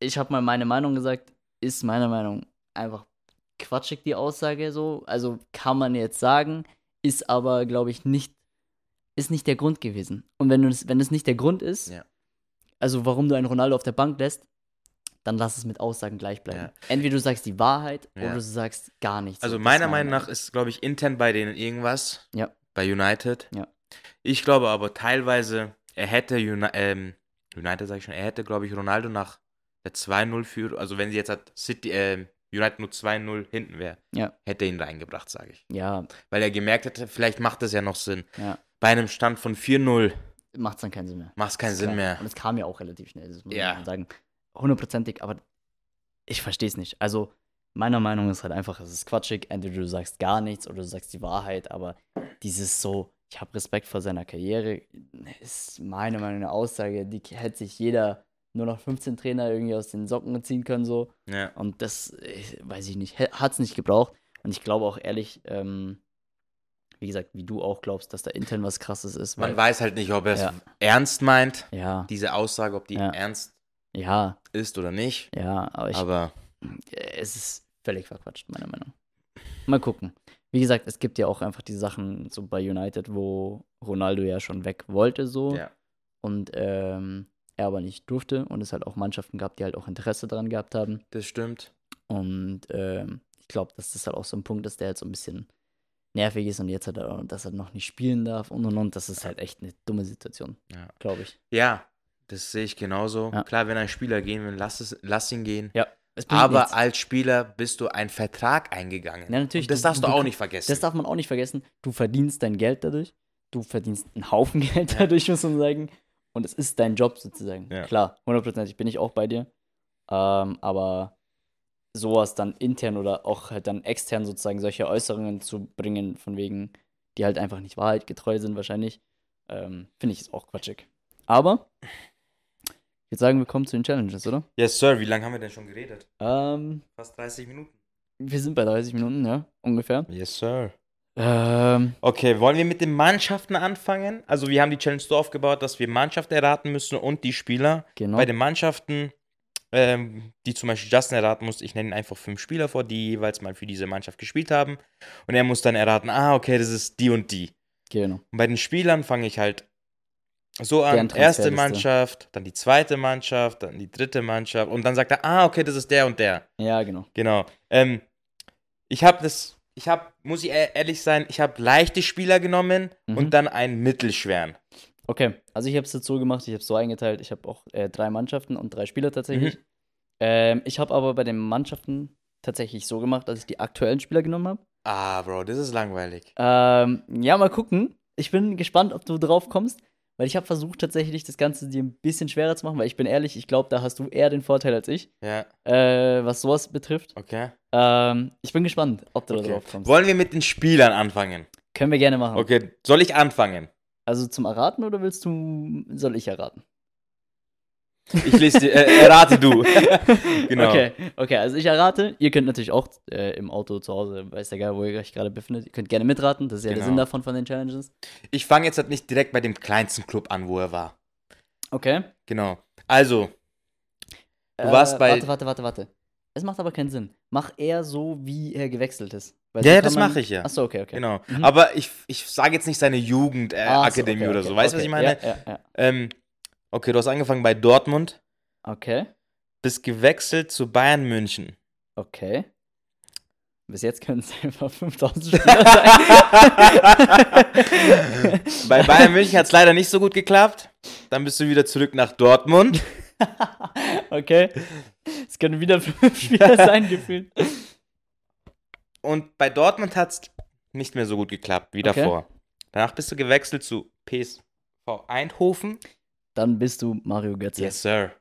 B: ich habe mal meine Meinung gesagt, ist meine Meinung einfach quatschig, die Aussage so. Also kann man jetzt sagen, ist aber, glaube ich, nicht, ist nicht der Grund gewesen. Und wenn du es, wenn es nicht der Grund ist,
A: Ja.
B: also warum du einen Ronaldo auf der Bank lässt, dann lass es mit Aussagen gleich bleiben.
A: Ja.
B: Entweder du sagst die Wahrheit
A: Ja.
B: oder du sagst gar nichts.
A: Also
B: So, das
A: meiner
B: ist meine
A: Meinung nach ist, glaube ich, intern bei denen irgendwas.
B: Ja.
A: Bei United.
B: Ja.
A: Ich glaube aber teilweise, er hätte Uni ähm, United, sag ich schon, er hätte, glaube ich, Ronaldo nach der 2-0 für, also wenn sie jetzt hat City, ähm, United nur 2-0 hinten wäre,
B: Ja.
A: hätte er ihn reingebracht, sage ich.
B: Ja,
A: Weil er gemerkt hätte, vielleicht macht das ja noch Sinn.
B: Ja.
A: Bei einem Stand von 4-0
B: macht es dann keinen Sinn mehr.
A: macht es keinen
B: Ist
A: Sinn
B: klar.
A: mehr.
B: Und es kam ja auch relativ schnell, das muss
A: Ja.
B: man schon sagen. Hundertprozentig, aber ich verstehe es nicht. Also, meiner Meinung ist halt einfach, es ist quatschig. Entweder du sagst gar nichts oder du sagst die Wahrheit, aber dieses so, ich habe Respekt vor seiner Karriere, ist meiner Meinung nach eine Aussage, die hätte sich jeder nur noch 15 Trainer irgendwie aus den Socken ziehen können, so.
A: Ja.
B: Und das, äh, weiß ich nicht, hat es nicht gebraucht. Und ich glaube auch ehrlich, ähm, wie gesagt, wie du auch glaubst, dass da intern was krasses ist.
A: Man
B: Weil,
A: weiß halt nicht, ob er es
B: Ja.
A: ernst meint,
B: ja,
A: diese Aussage, ob die
B: Ja.
A: ernst
B: ja,
A: ist oder nicht.
B: ja, aber ich,
A: aber
B: äh, es ist völlig verquatscht, meiner Meinung. Mal gucken. Wie gesagt, es gibt ja auch einfach die Sachen so bei United, wo Ronaldo ja schon weg wollte so
A: ja.
B: und ähm, er aber nicht durfte und es halt auch Mannschaften gab, die halt auch Interesse daran gehabt haben.
A: das stimmt.
B: Und ähm, ich ich glaube, dass das halt auch so ein Punkt ist, der halt so ein bisschen nervig ist und jetzt halt, auch, dass er noch nicht spielen darf und und und. Das ist halt echt eine dumme Situation,
A: Ja.
B: glaube ich.
A: Ja, das sehe ich genauso.
B: Ja.
A: Klar, wenn ein Spieler gehen will, lass, es, lass ihn gehen.
B: Ja, es bringt
A: Aber
B: nichts.
A: als Spieler bist du einen Vertrag eingegangen.
B: Ja, natürlich,
A: Und das
B: du-
A: darfst du,
B: du-
A: auch nicht vergessen.
B: Das darf man auch nicht vergessen. Du verdienst dein Geld dadurch. Du verdienst einen Haufen Geld dadurch, muss man sagen. Und es ist dein Job sozusagen.
A: Ja.
B: Klar, hundertprozentig bin ich auch bei dir. Ähm, aber sowas dann intern oder auch halt dann extern sozusagen solche Äußerungen zu bringen, von wegen, die halt einfach nicht wahrheitgetreu sind, wahrscheinlich, ähm, finde ich ist auch quatschig. Aber ich würde sagen, wir kommen zu den Challenges, oder?
A: yes, Sir, wie lange haben wir denn schon geredet?
B: Ähm,
A: Fast 30 Minuten.
B: wir sind bei 30 Minuten, ja, ungefähr.
A: Yes, Sir.
B: Ähm,
A: Okay, wollen wir mit den Mannschaften anfangen? Also wir haben die Challenge so aufgebaut, dass wir Mannschaft erraten müssen und die Spieler.
B: genau.
A: Bei den Mannschaften, ähm, die zum Beispiel Justin erraten muss, ich nenne ihn einfach fünf Spieler vor, die jeweils mal für diese Mannschaft gespielt haben. Und er muss dann erraten, ah, okay, das ist die und die.
B: genau.
A: Und bei den Spielern fange ich halt so an,
B: Deren
A: erste
B: Transferliste.
A: Mannschaft, dann die zweite Mannschaft, dann die dritte Mannschaft und dann sagt er, ah, okay, das ist der und der.
B: Ja, genau.
A: Genau. Ähm, ich habe das, ich habe, muss ich e- ehrlich sein, ich habe leichte Spieler genommen
B: Mhm.
A: und dann einen mittelschweren.
B: Okay, also ich habe es jetzt so gemacht, ich habe es so eingeteilt, ich habe auch äh, drei Mannschaften und drei Spieler tatsächlich.
A: Mhm.
B: Ähm, ich habe aber bei den Mannschaften tatsächlich so gemacht, dass ich die aktuellen Spieler genommen habe.
A: Ah, Bro, das ist langweilig.
B: Ähm, ja, mal gucken. Ich bin gespannt, ob du drauf kommst, weil ich habe versucht tatsächlich das Ganze dir ein bisschen schwerer zu machen, weil ich bin ehrlich, ich glaube, da hast du eher den Vorteil als ich,
A: Ja,
B: äh, was sowas betrifft.
A: okay.
B: Ähm, ich bin gespannt, ob du da
A: okay.
B: drauf kommst.
A: Wollen wir mit den Spielern anfangen?
B: Können wir gerne machen.
A: Okay, soll ich anfangen?
B: Also zum Erraten oder willst du, soll ich erraten?
A: Ich lese, dir- äh, errate du. genau.
B: Okay, okay, also ich errate, ihr könnt natürlich auch äh, im Auto zu Hause, weiß der Geil, wo ihr euch gerade befindet, ihr könnt gerne mitraten, das ist ja der
A: Genau.
B: Sinn davon von den Challenges.
A: Ich fange jetzt halt nicht direkt bei dem kleinsten Club an, wo er war.
B: Okay.
A: Genau. Also, Du warst bei-
B: Äh, Warte, warte, warte, warte. Es macht aber keinen Sinn. Mach eher so, wie er gewechselt ist. Weil
A: Ja, ja,
B: so kann
A: das
B: man-
A: mache ich ja.
B: Achso, okay, okay.
A: genau.
B: Mhm.
A: Aber ich, ich sage jetzt nicht seine
B: Ach so,
A: Jugendakademie
B: okay,
A: oder
B: okay,
A: so. Weißt du, was
B: okay.
A: ich meine?
B: Ja, ja, ja.
A: Ähm, okay, du hast angefangen bei Dortmund,
B: Okay,
A: bist gewechselt zu Bayern München.
B: okay. Bis jetzt können es einfach 5000 Spieler sein.
A: Bei Bayern München hat es leider nicht so gut geklappt. Dann bist du wieder zurück nach Dortmund.
B: okay. Es können wieder fünf Spieler sein, gefühlt.
A: Und bei Dortmund hat es nicht mehr so gut geklappt wie
B: Okay.
A: davor. Danach bist du gewechselt zu PSV Eindhoven.
B: Dann bist du Mario Götze.
A: Yes, sir.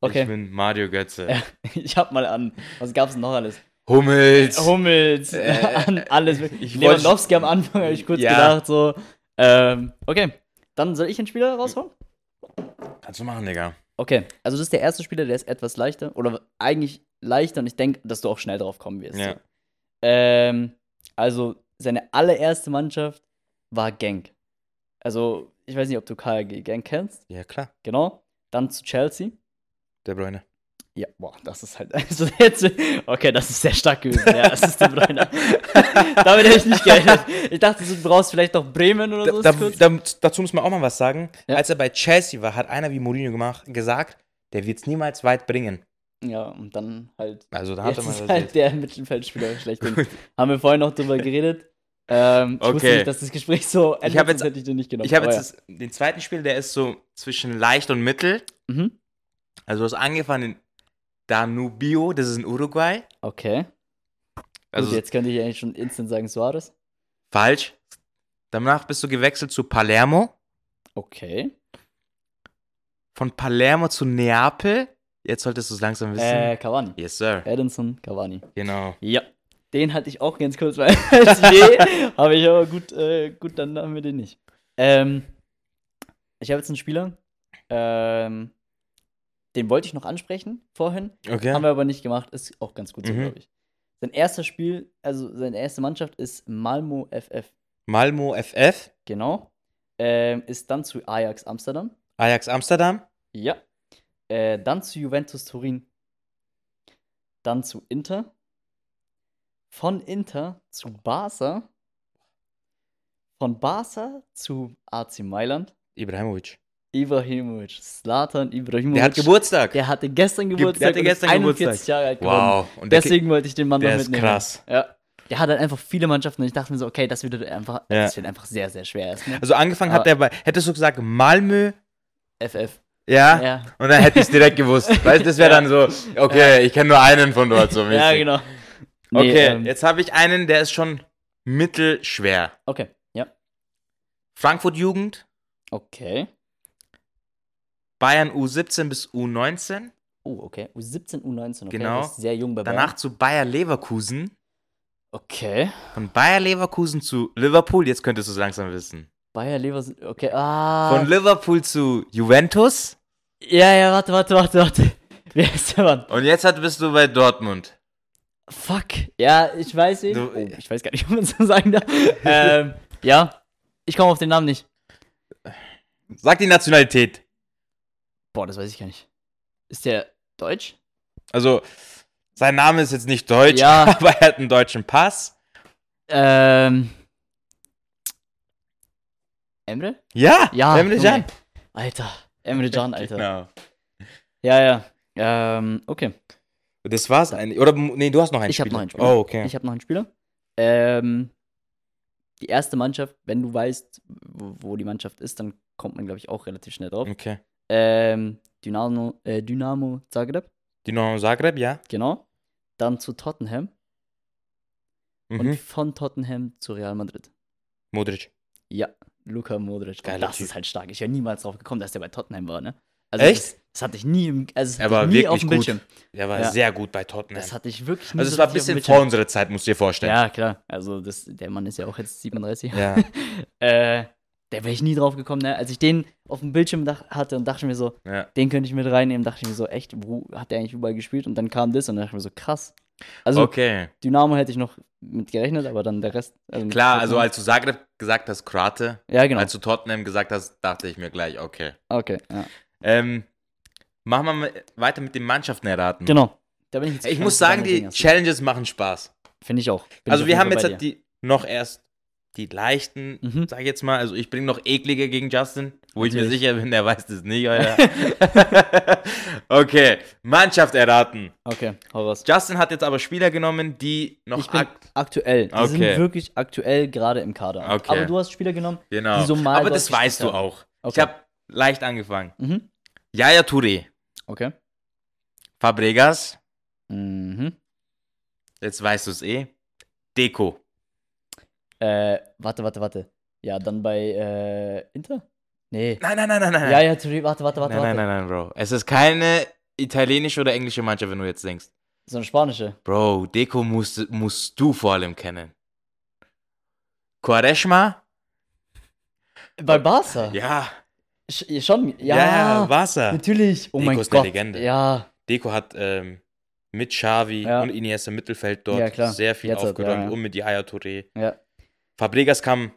B: Okay.
A: Ich bin Mario Götze.
B: Ja, ich hab mal an. Was gab's denn noch alles?
A: Hummels.
B: Hummels,
A: Äh,
B: an alles.
A: ich
B: Lewandowski am Anfang habe ich kurz
A: Ja.
B: gedacht, so. Ähm, okay, dann soll ich einen Spieler rausholen?
A: Kannst du machen, Digga.
B: Okay, also das ist der erste Spieler, der ist etwas leichter. Oder eigentlich leichter und ich denke, dass du auch schnell drauf kommen wirst.
A: Ja.
B: So. Ähm, also, seine allererste Mannschaft war Genk. Also, ich weiß nicht, ob du KRG Genk kennst.
A: Ja, klar.
B: Genau. Dann zu Chelsea.
A: Der Bräune.
B: Ja, boah, das ist halt. Also jetzt, okay, das ist sehr stark gewesen. Ja, es ist der Bräuner. Damit hätte ich nicht gerechnet. Ich dachte, du brauchst vielleicht noch Bremen oder so.
A: Da,
B: kurz.
A: da, dazu muss man auch mal was sagen.
B: Ja.
A: Als er bei Chelsea war, hat einer wie Mourinho gemacht, gesagt, der wird es niemals weit bringen.
B: ja, und dann halt.
A: Also da
B: Jetzt
A: hatte man
B: ist
A: das
B: halt der Mittelfeldspieler schlechthin. Haben wir vorhin noch drüber geredet. Ähm, ich wusste
A: Okay.
B: nicht, dass das Gespräch so endet,
A: hab jetzt-
B: sonst hätte ich den nicht genommen.
A: Ich habe
B: Aber
A: jetzt das, den zweiten Spiel, der ist so zwischen leicht und mittel.
B: ja. mhm.
A: Also du hast angefangen in Danubio, das ist in Uruguay.
B: Okay.
A: Also
B: Gut, jetzt könnte ich eigentlich schon instant sagen Suarez.
A: falsch. Danach bist du gewechselt zu Palermo.
B: Okay.
A: Von Palermo zu Neapel. Jetzt solltest du es langsam wissen.
B: Äh, Cavani.
A: yes, sir.
B: Edinson Cavani.
A: Genau.
B: Ja, den hatte ich auch ganz kurz bei PSG, habe ich aber gut, äh, gut, dann haben wir den nicht. Ähm, ich habe jetzt einen Spieler, ähm, den wollte ich noch ansprechen vorhin,
A: Okay.
B: haben wir aber nicht gemacht, ist auch ganz gut so,
A: Mhm.
B: glaube ich. Sein erstes Spiel, also seine erste Mannschaft ist Malmo FF,
A: Malmo FF,
B: genau. Ähm, ist dann zu Ajax Amsterdam.
A: Ajax Amsterdam.
B: Ja. Äh, dann zu Juventus Turin. Dann zu Inter. Von Inter zu Barca. Von Barca zu AC Mailand.
A: Ibrahimovic.
B: Ibrahimovic. Slatan Ibrahimovic.
A: Der hat Geburtstag.
B: Der hatte gestern Geburtstag.
A: hatte
B: und ist
A: gestern
B: 41
A: Geburtstag.
B: Jahre alt geworden.
A: wow. Und der,
B: Deswegen wollte ich den Mann
A: der
B: noch
A: ist
B: mitnehmen.
A: krass.
B: Ja. Der hat halt einfach viele Mannschaften und ich dachte mir so, okay, das wird einfach,
A: Ja.
B: das wird einfach sehr, sehr schwer erst. Ne?
A: also angefangen hat
B: Aber-
A: er bei, hättest du gesagt, Malmö,
B: FF.
A: ja,
B: Ja.
A: und dann hätte ich es direkt gewusst. Weißt du, das wäre
B: Ja.
A: dann so, okay, ich kenne nur einen von dort so mäßig.
B: Ja, genau. Nee,
A: Okay,
B: ähm,
A: jetzt habe ich einen, der ist schon mittelschwer.
B: Okay, ja.
A: Frankfurt Jugend,
B: Okay.
A: Bayern U17 bis U19,
B: Oh, okay. U17, U19, okay.
A: Genau.
B: Das ist sehr jung bei Bayern.
A: danach zu Bayer Leverkusen,
B: Okay.
A: von Bayer Leverkusen zu Liverpool, jetzt könntest du es langsam wissen.
B: Bayer Leverkusen. Okay, ah.
A: Von Liverpool zu Juventus
B: ja, ja, warte, warte, warte, warte. Wer ist der Mann?
A: und jetzt hat, bist du bei Dortmund.
B: Fuck. Ja, ich weiß ihn.
A: Du- äh,
B: oh, ich weiß gar nicht, ob man so sagen darf. ähm, ja. Ich komme auf den Namen nicht.
A: Sag die Nationalität.
B: Boah, das weiß ich gar nicht. Ist der deutsch?
A: Also, sein Name ist jetzt nicht deutsch,
B: Ja.
A: aber er hat einen deutschen Pass.
B: Ähm. Emre?
A: Ja,
B: Ja.
A: Emre
B: Junge.
A: Can.
B: Alter. Emre Can, Alter.
A: Genau.
B: Ja, ja. Ähm, okay.
A: Das war's eigentlich. Oder, nee, du hast noch einen
B: Ich hab noch einen Spieler.
A: Oh, okay.
B: Ich habe noch einen Spieler. Ähm, die erste Mannschaft, wenn du weißt, wo wo die Mannschaft ist, dann kommt man, glaube ich, auch relativ schnell drauf.
A: okay.
B: Ähm, Dynamo, äh, Dynamo Zagreb,
A: Dynamo Zagreb, ja.
B: genau. Dann zu Tottenham
A: Mhm.
B: und von Tottenham zu Real Madrid.
A: Modric.
B: Ja, Luka Modric.
A: Geiler
B: Und das
A: Typ.
B: ist halt stark. Ich wäre niemals drauf gekommen, dass der bei Tottenham war, ne? Also
A: Echt?
B: Das, das hatte ich nie, im, also das
A: Er
B: hatte
A: war
B: ich nie auf
A: wirklich
B: dem
A: gut.
B: Bildschirm.
A: Der war
B: Ja.
A: sehr gut bei Tottenham.
B: Das hatte ich wirklich nie
A: also,
B: so
A: es war ein
B: richtig auf
A: bisschen
B: dem Bildschirm.
A: vor unserer Zeit, musst du dir vorstellen.
B: Ja, klar. Also das, der Mann ist ja auch jetzt 37.
A: Ja.
B: Äh, da wäre ich nie drauf gekommen, ne? Als ich den auf dem Bildschirm dach, hatte und dachte mir so,
A: ja.
B: den könnte ich mit reinnehmen, dachte ich mir so, echt, wo hat der eigentlich überall gespielt? Und dann kam das und dann dachte ich mir so, krass. Also
A: okay.
B: Dynamo hätte ich noch mit gerechnet, aber dann der Rest. also mit
A: Klar, also
B: Tottenham-
A: als du Zagreb gesagt hast, Kroate,
B: Ja, genau.
A: als du Tottenham gesagt hast, dachte ich mir gleich, okay.
B: okay, ja.
A: Ähm, machen wir mal weiter mit den Mannschaften erraten.
B: Genau. Da bin ich jetzt
A: Ich
B: gespannt,
A: muss
B: wie deine
A: sagen, die
B: Dinge sind.
A: Challenges machen Spaß.
B: Finde ich auch. Bin ich
A: also
B: auf
A: wir
B: jeden
A: haben jetzt
B: Fall
A: halt die noch erst die leichten,
B: Mhm.
A: sag ich jetzt mal. Also ich bringe noch eklige gegen Justin, wo ich mir
B: Natürlich.
A: sicher bin, der weiß das nicht. Alter. okay, Mannschaft erraten.
B: bei dir. Okay, hau raus.
A: Justin hat jetzt aber Spieler genommen, die noch
B: Ich bin
A: ak-
B: aktuell. Die sind
A: Okay.
B: wirklich aktuell gerade im Kader.
A: Okay.
B: Aber du hast Spieler genommen.
A: genau.
B: die so mal
A: aber
B: dort
A: das weißt du
B: gespielt haben.
A: auch. Ich
B: Okay.
A: habe leicht angefangen.
B: Mhm.
A: Yaya Touré,
B: Okay.
A: Fabregas,
B: Mhm.
A: jetzt weißt du es eh. Deko.
B: Äh, warte, warte, warte. Ja, dann bei äh, Inter? Nee.
A: Nein, nein, nein, nein, nein.
B: Ja, ja, Touré, warte, warte, warte,
A: nein,
B: warte.
A: nein, nein, nein, Bro. Es ist keine italienische oder englische Mannschaft, wenn du jetzt denkst.
B: So eine spanische.
A: Bro, Deko musst, musst du vor allem kennen. Quaresma?
B: Bei Barca?
A: Ja.
B: Sch schon, ja.
A: Ja, Wasser.
B: Natürlich. Oh
A: Nico
B: mein
A: ist eine
B: Gott.
A: Legende.
B: Ja,
A: Deko hat ähm, mit Xavi
B: Ja.
A: und Iniesta im Mittelfeld dort
B: Ja, klar.
A: sehr viel
B: Jetzt hat-
A: aufgeräumt
B: ja, ja.
A: und mit Yaya Touré.
B: ja.
A: Fabregas kam,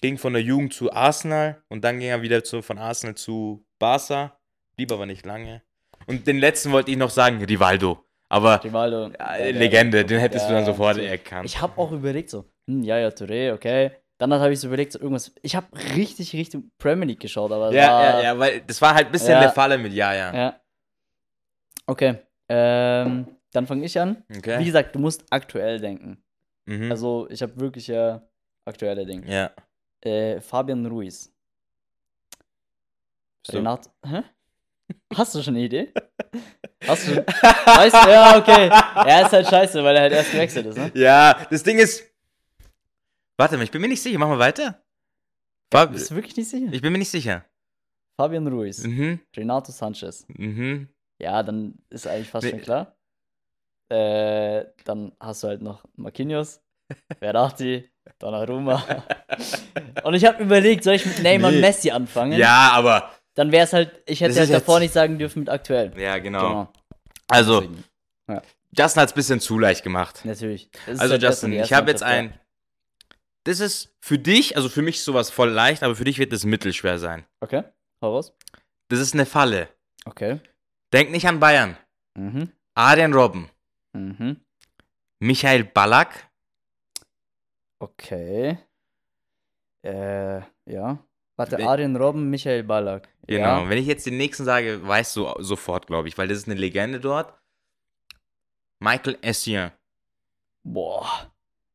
A: ging von der Jugend zu Arsenal und dann ging er wieder zu, von Arsenal zu Barca. Blieb aber nicht lange. Und den letzten wollte ich noch sagen, Rivaldo. Aber
B: Rivaldo.
A: ja,
B: Ja,
A: Äh, Legende, den hättest du
B: Ja,
A: dann sofort
B: natürlich.
A: erkannt.
B: Ich habe auch überlegt so, hm, ja, ja, Touré, okay. Dann habe ich so überlegt, so irgendwas. Ich habe richtig Richtung Premier League geschaut, aber es
A: ja,
B: war,
A: ja, ja, weil das war halt ein bisschen
B: Ja.
A: der Falle mit Yaya.
B: ja. Okay, ähm, dann fange ich an.
A: Okay.
B: Wie gesagt, du musst aktuell denken.
A: mhm.
B: Also, ich habe wirklich ja aktuelle Dinge.
A: ja.
B: Äh, Fabian Ruiz.
A: So.
B: Renat. Hä? Hast du schon eine Idee? Hast du schon. Weißt du, ja, okay. Er ist halt scheiße, weil er halt erst gewechselt ist, ne?
A: Ja, das Ding ist. Warte mal, ich bin mir nicht sicher. Machen wir weiter? Fab-
B: Bist du wirklich nicht sicher?
A: Ich bin mir nicht sicher.
B: Fabian Ruiz.
A: Mhm.
B: Renato Sanchez.
A: Mhm.
B: Ja, dann ist eigentlich fast
A: Nee.
B: schon klar. Äh, dann hast du halt noch Marquinhos, Verratti, Donnarumma. Und ich habe überlegt, soll ich mit Neymar
A: Nee.
B: Messi anfangen?
A: Ja, aber.
B: Dann wäre es halt, ich hätte
A: Das ist
B: halt davor
A: jetzt-
B: nicht sagen dürfen mit aktuell.
A: Ja, genau. Also,
B: Deswegen.
A: Justin hat es ein bisschen zu leicht gemacht.
B: Natürlich. Das
A: Also,
B: ist halt das
A: Justin,
B: und die
A: ich
B: erste
A: habe jetzt
B: Mannschaft,
A: ein. Das ist für dich, also für mich ist sowas voll leicht, aber für dich wird es mittelschwer sein.
B: ja. Okay, hau raus.
A: Das ist eine Falle.
B: Okay.
A: Denk nicht an Bayern.
B: Mhm.
A: Adrian Robben,
B: Mhm.
A: Michael Ballack,
B: Okay. Äh, ja. Warte,
A: Wenn-
B: Arjen Robben, Michael Ballack.
A: Genau. Wenn ich jetzt den nächsten sage, weißt du sofort, glaube ich, weil das ist eine Legende dort. Michael Essien.
B: Boah.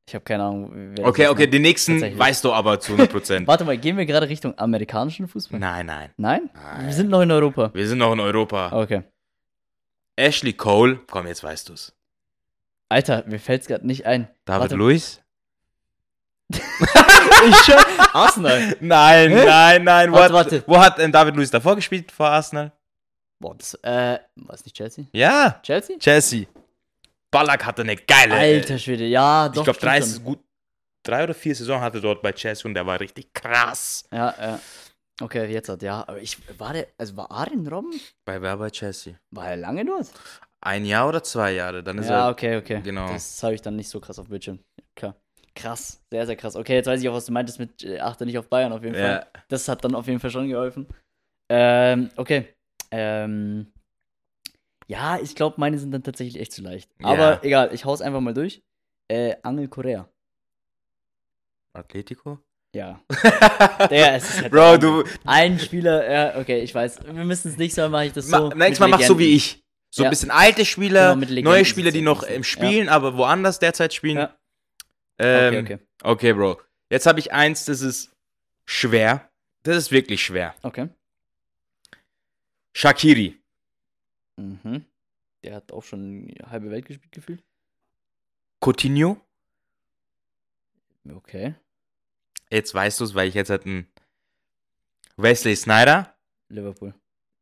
B: Ich habe keine Ahnung. wer das
A: Okay,
B: ist,
A: okay,
B: ne?
A: den nächsten
B: Tatsächlich.
A: weißt du aber zu 100%.
B: Warte mal, gehen wir gerade Richtung amerikanischen Fußball?
A: nein, nein.
B: Nein?
A: Nein. Oh.
B: Wir sind noch in Europa.
A: Wir sind noch in Europa.
B: Okay.
A: Ashley Cole. Komm, jetzt weißt du es.
B: Alter, mir fällt's gerade nicht ein.
A: David
B: Warte.
A: Luiz?
B: Ich schon. Arsenal.
A: Nein,
B: Hä?
A: nein, nein. Wo, hat,
B: Warte, warte.
A: wo hat denn David Luiz davor gespielt vor Arsenal?
B: Boah, das, äh, war es nicht Chelsea?
A: Ja,
B: Chelsea?
A: Chelsea. Ballack hatte eine geile. äh,
B: Alter Schwede, ja,
A: ich
B: doch.
A: glaube,
B: stimmt
A: drei,
B: schon.
A: gut, drei oder vier Saison hatte dort bei Chelsea und der war richtig krass.
B: Ja, ja. Okay, jetzt hat, ja. Aber ich, war der, also war Arjen Robben?
A: Bei wer bei Chelsea?
B: War er lange dort?
A: Ein Jahr oder zwei Jahre, dann ist
B: Ja,
A: er.
B: okay, okay.
A: genau.
B: Das habe ich dann nicht so krass auf dem Bildschirm. Klar. Krass, sehr, sehr krass. Okay, jetzt weiß ich auch, was du meintest mit äh, achte nicht auf Bayern auf jeden
A: Ja.
B: Fall. Das hat dann auf jeden Fall schon geholfen. Ähm, okay. Ähm, ja, ich glaube, meine sind dann tatsächlich echt zu leicht.
A: Ja.
B: Aber egal, ich hau's einfach mal durch. Äh, Angel Korea.
A: Atletico?
B: Ja. Der es ist halt
A: Bro, du.
B: Ein Spieler, ja, okay, ich weiß. Wir müssen es nicht so, mache ich das so.
A: ma, nächstes Mal
B: mit
A: machst du wie
B: Legenden.
A: ich. So
B: Ja.
A: ein bisschen alte Spieler,
B: Genau, mit Legenden
A: neue Spieler, die
B: sitzen
A: noch
B: lassen.
A: ähm, spielen, aber woanders derzeit spielen.
B: Ja.
A: Ähm,
B: okay, okay.
A: Okay, Bro. Jetzt habe ich eins, das ist schwer. Das ist wirklich schwer.
B: Okay.
A: Shakiri.
B: Mhm. Der hat auch schon die halbe Welt gespielt gefühlt.
A: Coutinho.
B: Okay.
A: Jetzt weißt du es, weil ich jetzt halt einen Wesley Snyder.
B: Liverpool.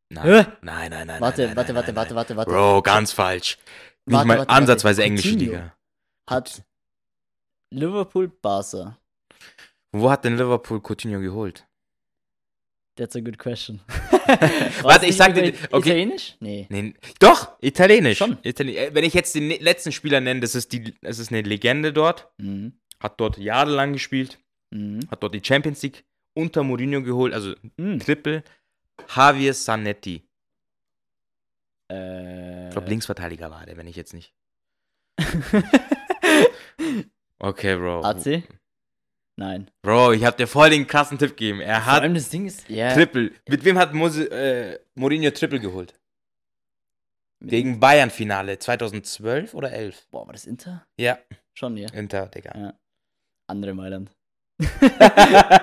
A: Nein.
B: Hä?
A: Nein, nein, nein.
B: Warte,
A: nein, nein,
B: warte, warte,
A: nein,
B: warte,
A: nein.
B: warte, warte.
A: Bro, ganz falsch. Nicht
B: Warte,
A: mal
B: warte, warte.
A: ansatzweise englische
B: Coutinho.
A: Liga.
B: Hat Liverpool Barca.
A: Wo hat denn Liverpool Coutinho geholt?
B: That's a good question.
A: Warte, ich sag dir- okay.
B: Italienisch? Nee.
A: Nee, doch, italienisch.
B: Schon.
A: Itali äh, Wenn ich jetzt den ne- letzten Spieler nenne, das ist, die, das ist eine Legende dort.
B: Mhm.
A: Hat dort jahrelang gespielt.
B: Mhm.
A: Hat dort die Champions League unter Mourinho geholt. Also
B: Mhm.
A: Triple. Javier Zanetti.
B: Äh,
A: Ich glaube, Linksverteidiger war der, wenn ich jetzt nicht. Okay, Bro.
B: AC? Nein.
A: Bro, ich hab dir voll den krassen Tipp gegeben. Er
B: Vor
A: hat
B: allem äh, das Ding ist, ja.
A: Triple. Mit wem hat Mose, äh, Mourinho Triple geholt?
B: Mit-
A: Gegen Bayern-Finale 2012 oder 11?
B: Boah, war das Inter?
A: Ja,
B: Schon, ja.
A: Inter, Digga.
B: Andere Mailand. ja,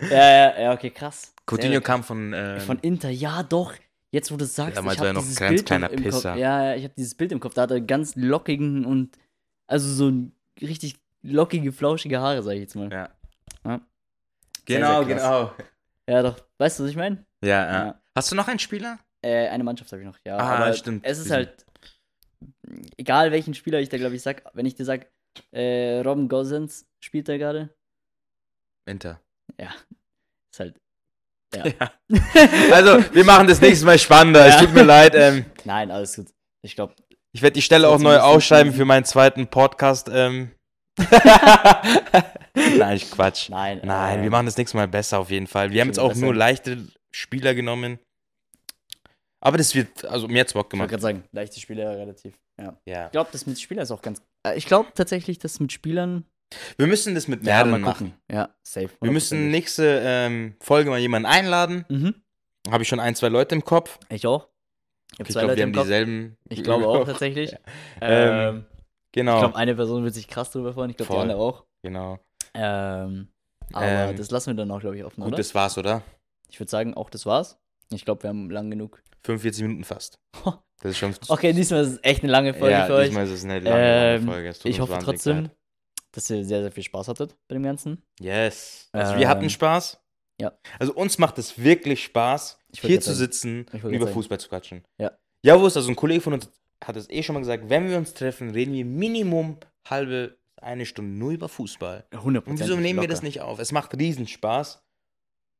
B: ja, ja, okay, krass. Sehr,
A: Coutinho
B: sehr
A: kam von. Ähm,
B: krass. Von Inter, ja, doch. Jetzt, wo du es sagst,
A: Damals
B: ich
A: war
B: habe
A: er noch
B: dieses
A: ganz
B: Bild
A: kleiner
B: noch im
A: Pisser.
B: Kopf. Ja, ja, ich habe dieses Bild im Kopf. Da hat er ganz lockigen und, also so ein richtig lockige, flauschige Haare, sage ich jetzt mal.
A: ja.
B: Ja.
A: Genau,
B: Sehr, sehr
A: genau.
B: Ja, doch. Weißt du, was ich meine?
A: Ja, ja,
B: Ja.
A: Hast du noch einen Spieler?
B: Äh, eine Mannschaft habe ich noch, ja.
A: Ah,
B: aber
A: stimmt.
B: Es ist
A: Wir
B: halt, egal welchen Spieler ich da, glaube ich, sag, wenn ich dir sag, äh, Robin Gosens spielt da gerade,
A: Inter.
B: ist halt,
A: Ja. Also, wir machen das nächste Mal spannender. Es
B: Ja.
A: tut mir leid. Ähm,
B: nein, alles gut. Ich glaube,
A: ich werde die Stelle
B: So,
A: auch
B: so
A: neu
B: müssen wir
A: ausschreiben
B: es
A: für meinen zweiten Podcast. Ähm. Nein, ich Quatsch.
B: nein.
A: Nein,
B: äh,
A: wir machen das nächste Mal besser auf jeden Fall. Wir haben jetzt
B: Schon
A: auch nur
B: besser.
A: leichte Spieler genommen. Aber das wird, also mir hat's Bock
B: Ich
A: gemacht.
B: wollte gerade sagen, leichte Spieler relativ, ja.
A: Ja.
B: Ich glaube, das mit Spielern ist auch ganz, äh, ich glaube tatsächlich, das mit Spielern,
A: Wir müssen das mit mehreren machen.
B: Ja, safe.
A: Wir müssen
B: nicht.
A: nächste ähm, Folge mal jemanden einladen.
B: Mhm,
A: Habe ich schon ein, zwei Leute im Kopf.
B: ich auch. Ich, hab
A: Ich
B: zwei
A: glaube,
B: Leute
A: wir
B: im
A: haben
B: Kopf.
A: dieselben.
B: Ich glaube auch tatsächlich.
A: Ähm,
B: Ähm, ich
A: Genau.
B: glaube, eine Person wird sich krass drüber freuen, ich glaube, die
A: Voll.
B: andere auch.
A: genau.
B: Ähm, aber
A: Ähm,
B: das lassen wir dann auch, glaube ich, offen,
A: Gut,
B: oder?
A: das war's, oder?
B: Ich würde sagen, auch das war's. Ich glaube, wir haben lang genug.
A: 45 Minuten fast.
B: Ho.
A: Das ist schon.
B: Okay, diesmal ist es echt eine lange Folge
A: ja,
B: für euch.
A: diesmal ist es eine lange, lange
B: Ähm,
A: Folge. Es tut
B: Ich
A: uns
B: hoffe
A: wahnsinnig
B: trotzdem,
A: leid.
B: dass ihr sehr, sehr viel Spaß hattet bei dem Ganzen.
A: Yes. Also wir hatten
B: Ähm,
A: Spaß.
B: ja.
A: Also uns macht es wirklich Spaß,
B: Ich wollte
A: hier
B: grad
A: zu
B: sagen.
A: sitzen
B: Ich wollte
A: und
B: grad
A: über
B: sagen.
A: Fußball zu quatschen.
B: Ja.
A: Javus, also ein Kollege von uns hat es eh schon mal gesagt, wenn wir uns treffen, reden wir Minimum halbe, eine Stunde nur über Fußball.
B: 100
A: Und wieso nehmen wir das nicht auf? Es macht riesen Spaß.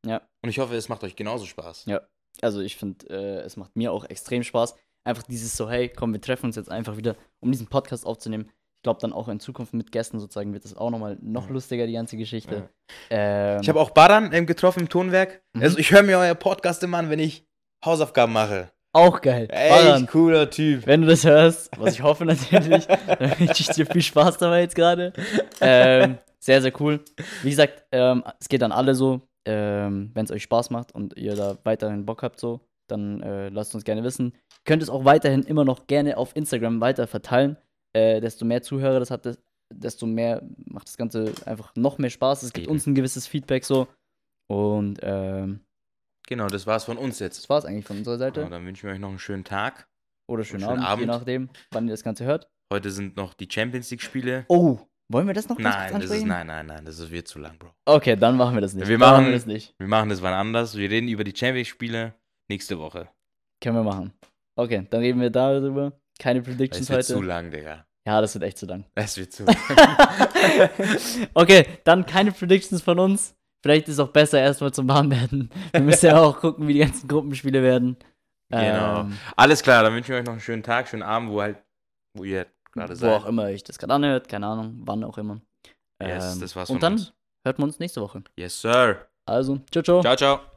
B: Ja.
A: Und ich hoffe, es macht euch genauso Spaß.
B: Ja. Also, ich finde, äh, es macht mir auch extrem Spaß. Einfach dieses so, hey, komm, wir treffen uns jetzt einfach wieder, um diesen Podcast aufzunehmen. Ich glaube, dann auch in Zukunft mit Gästen sozusagen wird das auch nochmal noch lustiger, die ganze Geschichte. Ähm,
A: Ich habe auch Baran ähm, getroffen im Tonwerk.
B: Mhm.
A: Also ich höre mir euer Podcast immer an, wenn ich Hausaufgaben mache.
B: auch geil.
A: Echt
B: Baran.
A: cooler Typ.
B: Wenn du das hörst, was ich hoffe natürlich, dann wünsche ich dir viel Spaß dabei jetzt gerade. Ähm, sehr, sehr cool. Wie gesagt, ähm, es geht an alle so. Äh, ähm, wenn es euch Spaß macht und ihr da weiterhin Bock habt, so, dann äh, lasst uns gerne wissen. Könnt es auch weiterhin immer noch gerne auf Instagram weiter verteilen. Äh, desto mehr Zuhörer das hat, des- desto mehr macht das Ganze einfach noch mehr Spaß. Es gibt
A: Eben.
B: uns ein gewisses Feedback so. Und ähm,
A: Genau, das war's von uns jetzt.
B: das war es eigentlich von unserer Seite.
A: Genau, dann wünschen wir euch noch einen schönen Tag.
B: Oder schönen,
A: schönen
B: Abend, je
A: Abend.
B: nachdem, wann ihr das Ganze hört.
A: Heute sind noch die Champions League-Spiele.
B: Oh, wollen wir das noch ganz kurz
A: Nein, das ist,
B: ansprechen?
A: nein, nein, nein, das ist wir zu lang, Bro.
B: Okay, dann machen wir das nicht.
A: Wir
B: dann
A: machen-
B: das nicht.
A: Wir machen das wann anders. Wir reden über die Champions League-Spiele nächste Woche.
B: Können wir machen. Okay, dann reden wir darüber. Keine
A: Das
B: Predictions
A: wird zu
B: heute.
A: lang, Digga.
B: Ja, das wird echt zu lang.
A: Das wird zu lang.
B: okay, dann keine Predictions von uns. Vielleicht ist es auch besser, erstmal zum Warm werden. Wir müssen ja auch gucken, wie die ganzen Gruppenspiele werden.
A: Genau.
B: Ähm,
A: Alles klar, dann wünschen wir euch noch einen schönen Tag, schönen Abend, wo halt, wo ihr gerade
B: wo auch
A: seid.
B: immer ich das gerade anhört, keine Ahnung, wann auch immer. Ähm,
A: Yes, das war's
B: und
A: von
B: dann
A: uns.
B: hört man uns nächste Woche.
A: Yes, sir.
B: Also, ciao, ciao.
A: Ciao, ciao.